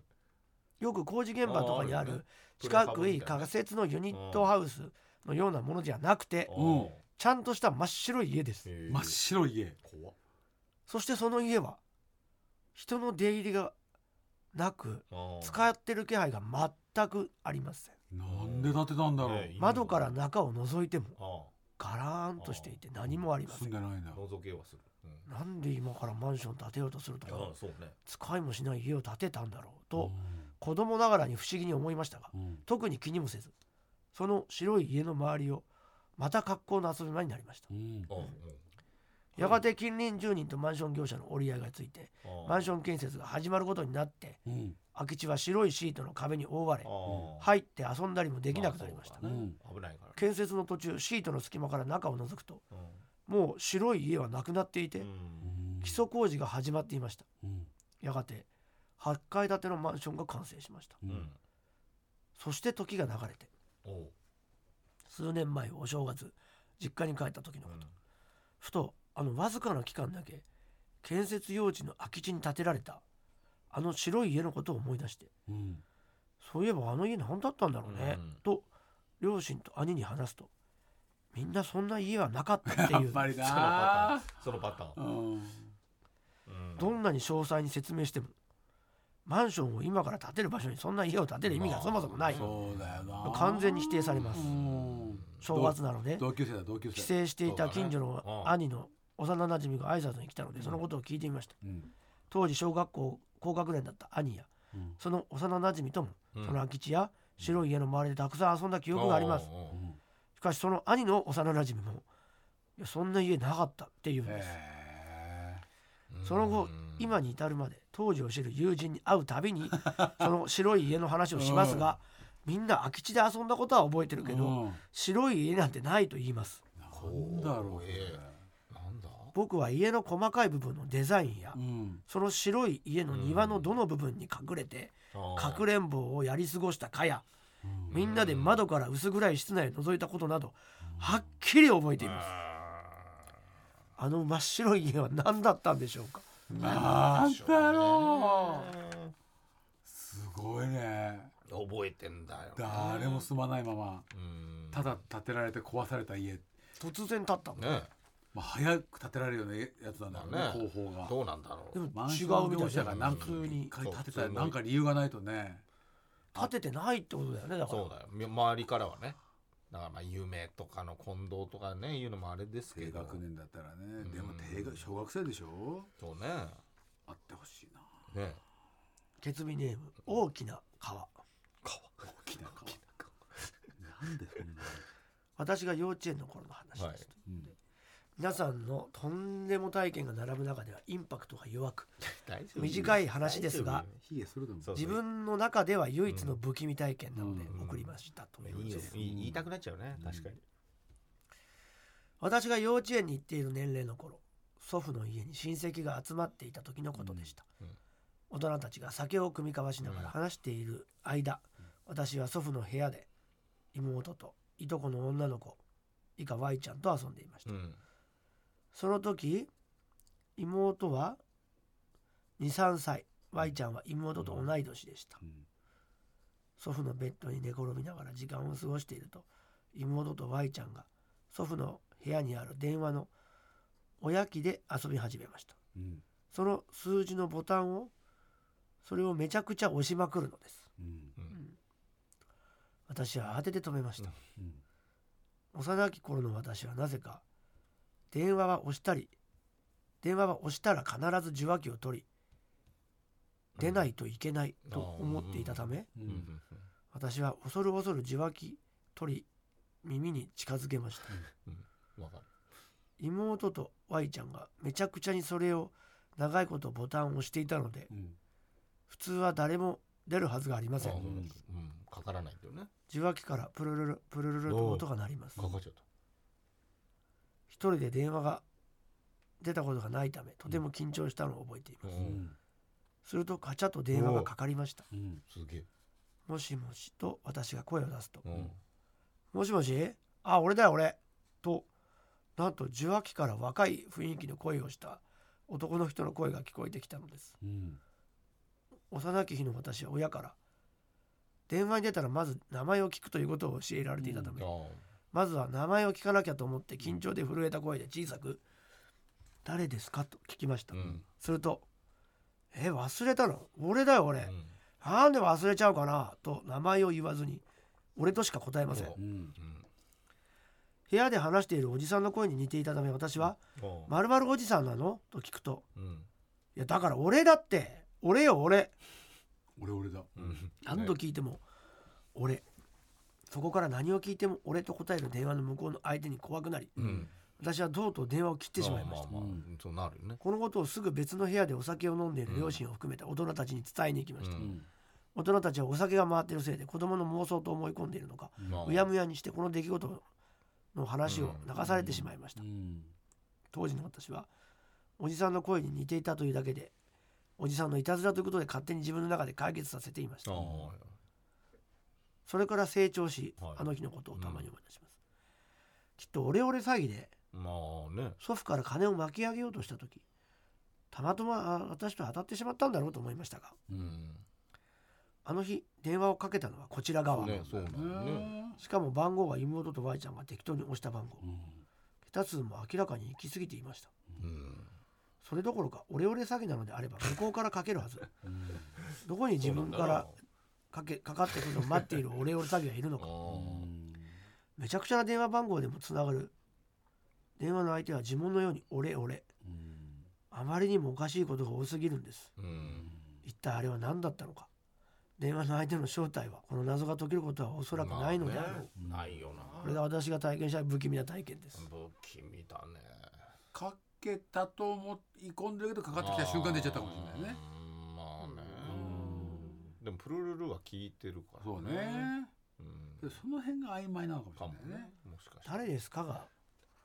Speaker 3: よく工事現場とかにあ
Speaker 2: あーあるね
Speaker 3: る四角い仮設のユニットハウスのようなものじゃなくて
Speaker 4: うん
Speaker 3: ちゃんとした真っ白い家です
Speaker 2: 真
Speaker 4: 真っ白い家
Speaker 2: 怖っ
Speaker 3: そしてその家は人の出入りがなく
Speaker 2: あー
Speaker 3: 使ってる気配が全くありません
Speaker 4: なんで建てたんだろう、
Speaker 2: ねえ
Speaker 3: 窓から中を覗いても
Speaker 2: あ
Speaker 3: ガラーンとしていて何もありませ
Speaker 4: 住ん
Speaker 3: ん
Speaker 4: でないんだ
Speaker 2: あ覗けはする。うん
Speaker 3: なんで今からマンション建てようとすると
Speaker 2: あ
Speaker 3: か
Speaker 2: あそうね。
Speaker 3: 使いもしない家を建てたんだろうと子供ながらに不思議に思いましたが
Speaker 4: うんうん
Speaker 3: 特に気にもせずその白い家の周りをまた格好の遊び場になりました
Speaker 4: うん
Speaker 2: ああ
Speaker 3: やがて近隣住人とマンション業者の折り合いがついて
Speaker 2: うん
Speaker 3: マン
Speaker 2: シ
Speaker 3: ション建設が始まることになって
Speaker 4: うん
Speaker 3: 空き地は白いシートの壁に覆われ
Speaker 2: ョい
Speaker 3: 入って遊んだりもできなくなりました
Speaker 2: 危
Speaker 4: うん
Speaker 2: ないからね。
Speaker 3: 建設の途中シートの隙間から中を覗くと
Speaker 2: うん
Speaker 3: もう白い家はなくなっていて
Speaker 2: うん
Speaker 3: 基礎工事が始まっていました
Speaker 4: うん
Speaker 3: やがて8階建てのマンションが完成しました
Speaker 4: う
Speaker 2: うんん
Speaker 3: そして時が流れて
Speaker 2: おう
Speaker 3: 数年前お正月実家に帰った時の
Speaker 2: う
Speaker 3: こ
Speaker 2: ん
Speaker 3: とふとあのわずかな期間だけ建設用地の空き地に建てられたあの白い家のことを思い出して
Speaker 4: うん
Speaker 3: そういえばあの家何だったんだろうね、
Speaker 2: うん
Speaker 3: と両親と兄に話すとみんなそんな家はなかったって
Speaker 4: やっ
Speaker 3: いう
Speaker 4: ぱり
Speaker 2: そのパター
Speaker 4: な
Speaker 2: ン。そのパターン
Speaker 4: うん
Speaker 2: うん。
Speaker 3: どんなに詳細に説明してもマンションを今から建てる場所にそんな家を建てる意味がそもそもない、
Speaker 4: そうだよな
Speaker 3: 完全に否定されます
Speaker 4: うん
Speaker 3: 正月なので
Speaker 4: 同級生だ同級生
Speaker 3: 帰省していた近所の
Speaker 2: うん
Speaker 3: 兄の幼なじみが挨拶に来たのでそのことを聞いてみました
Speaker 4: うん
Speaker 3: 当時小学校高学年だった兄や
Speaker 4: うん
Speaker 3: その幼なじみとも
Speaker 2: うん
Speaker 3: その空き地や白い家の周りでたくさん遊んだ記憶があります
Speaker 2: おうおう
Speaker 4: う
Speaker 2: おうん
Speaker 3: しかしその兄の幼なじみもいやそんな家なかったっていうんです
Speaker 4: へ
Speaker 3: その後
Speaker 2: うん
Speaker 3: 今に至るまで当時を知る友人に会うたび にその白い家の話をしますがみんな空き地で遊んだことは覚えてる
Speaker 4: え
Speaker 3: け
Speaker 4: う
Speaker 3: ど
Speaker 4: ん
Speaker 3: 白い家なんてないと言います
Speaker 4: なんだろうね
Speaker 2: なんだ
Speaker 3: 僕は家の細かい部分のデザインや
Speaker 4: うん
Speaker 3: その白い家の庭のどの部分に隠れてかく
Speaker 2: れ
Speaker 3: れんぼをやり過ごしたかや
Speaker 4: うん
Speaker 3: みんなで窓から薄暗い室内を覗いたことなどはっきり覚えていますあの真っ白い家は何だったんでしょうか
Speaker 4: なんだろうすごいね
Speaker 2: 覚えてんだよ
Speaker 4: 誰も住まないまま
Speaker 2: うん
Speaker 4: ただ建てられて壊された家
Speaker 3: 突然立ったの
Speaker 2: ね
Speaker 4: まあ早く建てられるようなやつなんだろうね
Speaker 2: まあね
Speaker 4: 方法が
Speaker 2: どうなんだろ
Speaker 3: で
Speaker 2: う
Speaker 3: も
Speaker 4: マンシ
Speaker 3: 違
Speaker 4: ョ
Speaker 3: う
Speaker 4: ン
Speaker 3: みた
Speaker 4: 業
Speaker 3: い
Speaker 4: 者
Speaker 3: だ
Speaker 4: が
Speaker 3: な
Speaker 4: なん
Speaker 3: 普
Speaker 4: か
Speaker 3: 通に
Speaker 4: 一回建て
Speaker 2: そ
Speaker 4: た
Speaker 2: う
Speaker 4: らなんか理由がないとね
Speaker 3: 立ててないってことだよねだから
Speaker 2: そうだよみ周りからはねだからまあ夢とかの近藤とかねいうのもあれですけ
Speaker 4: 低
Speaker 2: ど
Speaker 4: 学年だったらね
Speaker 2: ん
Speaker 4: でも低学小学生でしょ
Speaker 2: そうね
Speaker 4: あってほしいな
Speaker 2: ね
Speaker 3: ケツビネーム大きな川
Speaker 4: 大きな顔 なんでそんな
Speaker 3: 私が幼稚園の頃の話です、
Speaker 2: はい
Speaker 4: うん
Speaker 3: 皆さんのとんでも体験が並ぶ中ではインパクトが弱く
Speaker 2: 大丈夫
Speaker 3: 短い話ですが
Speaker 4: ヒゲするだもん
Speaker 2: そう
Speaker 3: 自分の中では唯一の不気味体験なので送りましたというこ
Speaker 2: い
Speaker 3: と
Speaker 2: いよ
Speaker 3: です
Speaker 2: いい言いたくなっちゃうね確かに
Speaker 3: 私が幼稚園に行っている年齢の頃祖父の家に親戚が集まっていた時のことでした、
Speaker 2: うんうん
Speaker 3: 大人たちが酒を酌み交わしながら話している間、私は祖父の部屋で妹といとこの女の子以下 Y ちゃんと遊んでいました、
Speaker 2: うん
Speaker 3: その時妹は23歳 Y ちゃんは妹と同い年でした、
Speaker 4: うん
Speaker 3: 祖父のベッドに寝転びながら時間を過ごしていると妹と Y ちゃんが祖父の部屋にある電話のおやきで遊び始めました
Speaker 4: うん
Speaker 3: その数字のボタンをそれをめちゃくちゃ押しまくるのです
Speaker 4: うん
Speaker 3: 私は慌てて止めました、
Speaker 4: うん
Speaker 3: 幼き頃の私はなぜか電話は押したり電話は押したら必ず受話器を取り出ないといけないと思っていたため、
Speaker 4: う
Speaker 2: うんん
Speaker 3: 私は恐る恐る受話器取り耳に近づけました
Speaker 2: うんわかる
Speaker 3: 妹と Y ちゃんがめちゃくちゃにそれを長いことボタンを押していたので
Speaker 4: うん
Speaker 3: 普通は誰も出るはずがありません
Speaker 2: あうんかからないんだよね
Speaker 3: 受話器からプルルルプルルルと音が鳴ります
Speaker 2: かかっちゃった
Speaker 3: 一人で電話が出たことがないためとても緊張したのを覚えています、
Speaker 4: うん
Speaker 3: するとカチャと電話がかかりました
Speaker 4: うん
Speaker 2: すげえ
Speaker 3: もしもしと私が声を出すと
Speaker 2: うん
Speaker 3: もしもしあ俺だよ俺となんと受話器から若い雰囲気の声をした男の人の声が聞こえてきたのです
Speaker 4: うん
Speaker 3: 幼き日の私は親から電話に出たらまず名前を聞くということを教えられていたため、
Speaker 2: ああ
Speaker 3: まずは名前を聞かなきゃと思って緊張で震えた声で小さく「誰ですか?」と聞きました、
Speaker 2: うん
Speaker 3: すると「え忘れたの俺だよ俺、
Speaker 2: うん
Speaker 3: なんで忘れちゃうかな?」と名前を言わずに俺としか答えません
Speaker 2: お
Speaker 4: うん
Speaker 2: うん
Speaker 3: 部屋で話しているおじさんの声に似ていたため私は
Speaker 2: お
Speaker 3: 「まるおじさんなの?」と聞くと
Speaker 2: うん
Speaker 3: 「いやだから俺だって俺よ俺
Speaker 4: 俺俺だ
Speaker 2: うん」
Speaker 3: 何度聞いても「俺」そこから何を聞いても「俺」と答える電話の向こうの相手に怖くなり
Speaker 2: うん
Speaker 3: 私はどうと電話を切ってしまいました
Speaker 2: ああああそうなるよね
Speaker 3: このことをすぐ別の部屋でお酒を飲んでいる両親を含めた大人たちに伝えに行きました、
Speaker 2: うん
Speaker 3: 大人たちはお酒が回っているせいで子供の妄想と思い込んでいるのか
Speaker 2: まあ
Speaker 3: うやむやにしてこの出来事の話を流されてしまいました、
Speaker 4: うん
Speaker 3: 当時の私はおじさんの声に似ていたというだけでおじさんのいたずらということで勝手に自分の中で解決させていました
Speaker 2: ああ
Speaker 3: それから成長し、
Speaker 2: はい
Speaker 3: あの日のことをたまに思い出します、きっとオレオレ詐欺で
Speaker 2: まあね
Speaker 3: 祖父から金を巻き上げようとした時たまたまあ私と当たってしまったんだろうと思いましたが
Speaker 2: うん
Speaker 3: あの日電話をかけたのはこちら側、
Speaker 2: ねそうなんだよね
Speaker 3: しかも番号は妹と Y ちゃんが適当に押した番号
Speaker 4: うん
Speaker 3: 桁数も明らかに行き過ぎていました
Speaker 2: うん
Speaker 3: それどころかオレオレ詐欺なのであれば向こうからかけるはず
Speaker 4: うん
Speaker 3: どこに自分
Speaker 2: そう
Speaker 3: か
Speaker 2: なんだ
Speaker 3: ら
Speaker 2: よ
Speaker 3: かけかかってくるのを待っているオレオレ詐欺がいるの
Speaker 2: あ
Speaker 3: か
Speaker 4: うん
Speaker 3: めちゃくちゃな電話番号でもつながる電話の相手は呪文のように「オレオレ
Speaker 4: うん」
Speaker 3: あまりにもおかしいことが多すぎるんです
Speaker 2: あうん
Speaker 3: 一体あれは何だったのか電話の相手の正体はこの謎が解けることはおそらくないのであろう、
Speaker 2: まあねないよな
Speaker 3: これが私が体験した不気味な体験です、
Speaker 2: 不気味だね
Speaker 4: かけたと思い込んでるけどかかってきた瞬間出ちゃったかもしれないね
Speaker 2: うんまあね
Speaker 4: うん
Speaker 2: でもプルルルは聞いてるから
Speaker 4: そうね
Speaker 2: うん
Speaker 4: でその辺が曖昧なのか
Speaker 2: か
Speaker 4: も
Speaker 2: も
Speaker 4: しれないね
Speaker 2: ねもしかして
Speaker 3: 誰ですかが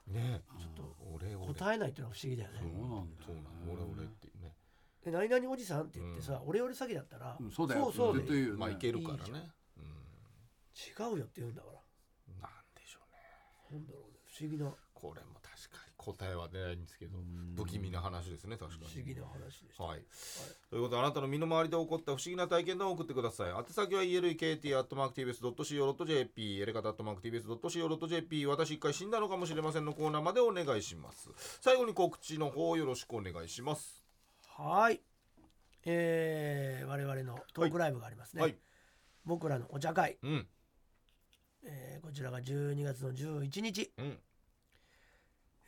Speaker 2: ね
Speaker 4: ちょっ
Speaker 3: と
Speaker 2: 俺俺
Speaker 3: 答えないっていうのは不思議だよ
Speaker 2: そう
Speaker 3: ね。
Speaker 2: なんだそうなんだ俺俺っていうね
Speaker 3: で何々おじさんって言ってさ、俺俺詐欺だったら、
Speaker 4: うんそうだよ
Speaker 3: そうそう
Speaker 4: 絶対
Speaker 3: で
Speaker 4: 言うよね
Speaker 2: まあいけるから
Speaker 3: いいじゃ
Speaker 2: ねうん
Speaker 3: 違うよって言うんだから。
Speaker 2: なんでしょうね
Speaker 3: なんだろうね不思議な
Speaker 2: これも確かに答えは出ないんですけど
Speaker 4: うん
Speaker 2: 不気味な話ですね確か
Speaker 3: 不思
Speaker 2: に
Speaker 3: 議な話でした。
Speaker 2: はいということであなたの身の回りで起こった不思議な体験談を送ってください宛先は elekt.tbs.co.jp エレカタ .tbs.co.jp 私一回死んだのかもしれませんのコーナーまでお願いします最後に告知の方よろしくお願いします
Speaker 3: はい。えー、我々のトークライブがありますね。
Speaker 2: はい
Speaker 3: 僕らのお茶会、
Speaker 2: うん
Speaker 3: えーこちらが12月の11日、
Speaker 2: うん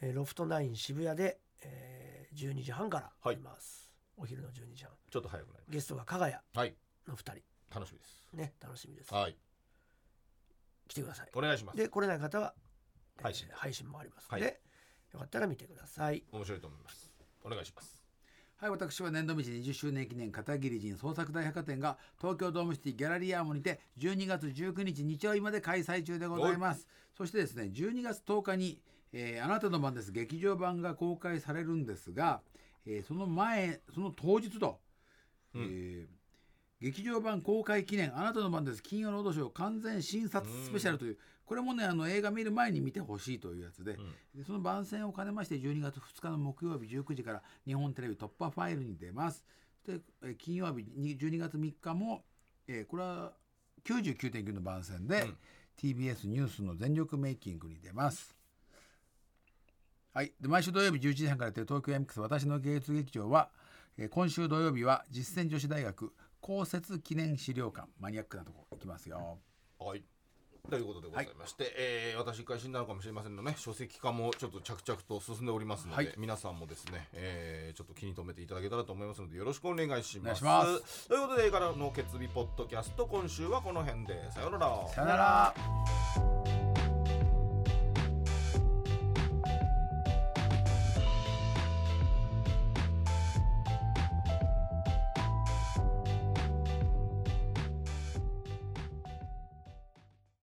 Speaker 3: えーロフトナイン渋谷で、えー12時半から
Speaker 2: は
Speaker 3: あ
Speaker 2: い
Speaker 3: ります。お昼の12時半。
Speaker 2: ちょっと早くなりま
Speaker 3: ゲストが加賀谷
Speaker 2: すはい
Speaker 3: の2
Speaker 2: 楽しみです
Speaker 3: 人。ね、楽しみです。
Speaker 2: はい
Speaker 3: 来てください。
Speaker 2: お願いします
Speaker 3: で、来れない方は、えー
Speaker 2: 配信
Speaker 3: 配信もあります
Speaker 2: は
Speaker 3: の
Speaker 2: い
Speaker 3: で、よかったら見てください。
Speaker 2: 面白いと思いますお願いします
Speaker 4: はい、私は年度道20周年記念片桐仁創作大百貨店が東京ドームシティギャラリーアームにて12月19日日曜日まで開催中でございます。そしてですね、12月10日に、えーあなたの番です劇場版が公開されるんですが、えーその前、その当日と、
Speaker 2: うん
Speaker 4: えー劇場版公開記念あなたの番です金曜ロードショー完全新撮スペシャルという、これもね、あの映画見る前に見てほしいというやつで、でその番宣を兼ねまして12月2日の木曜日19時から日本テレビ突破ファイルに出ます。でえー金曜日に12月3日も、えーこれは99.9の番宣で、
Speaker 2: うん
Speaker 4: TBS ニュースの全力メイキングに出ます。はい、で毎週土曜日11時半からやってる東京 MX 私の芸術劇場は、えー今週土曜日は実践女子大学公設記念資料館マニアックなとこ行きますよ。
Speaker 2: はいということでございまして、えー私一回死んだのかもしれませんのね書籍化もちょっと着々と進んでおりますので、
Speaker 4: はい
Speaker 2: 皆さんもですね、えーちょっと気に留めていただけたらと思いますのでよろしくお願いします
Speaker 4: お願いしま
Speaker 2: ということで映画の決日ポッドキャスト今週はこの辺でさようなら
Speaker 4: さよなら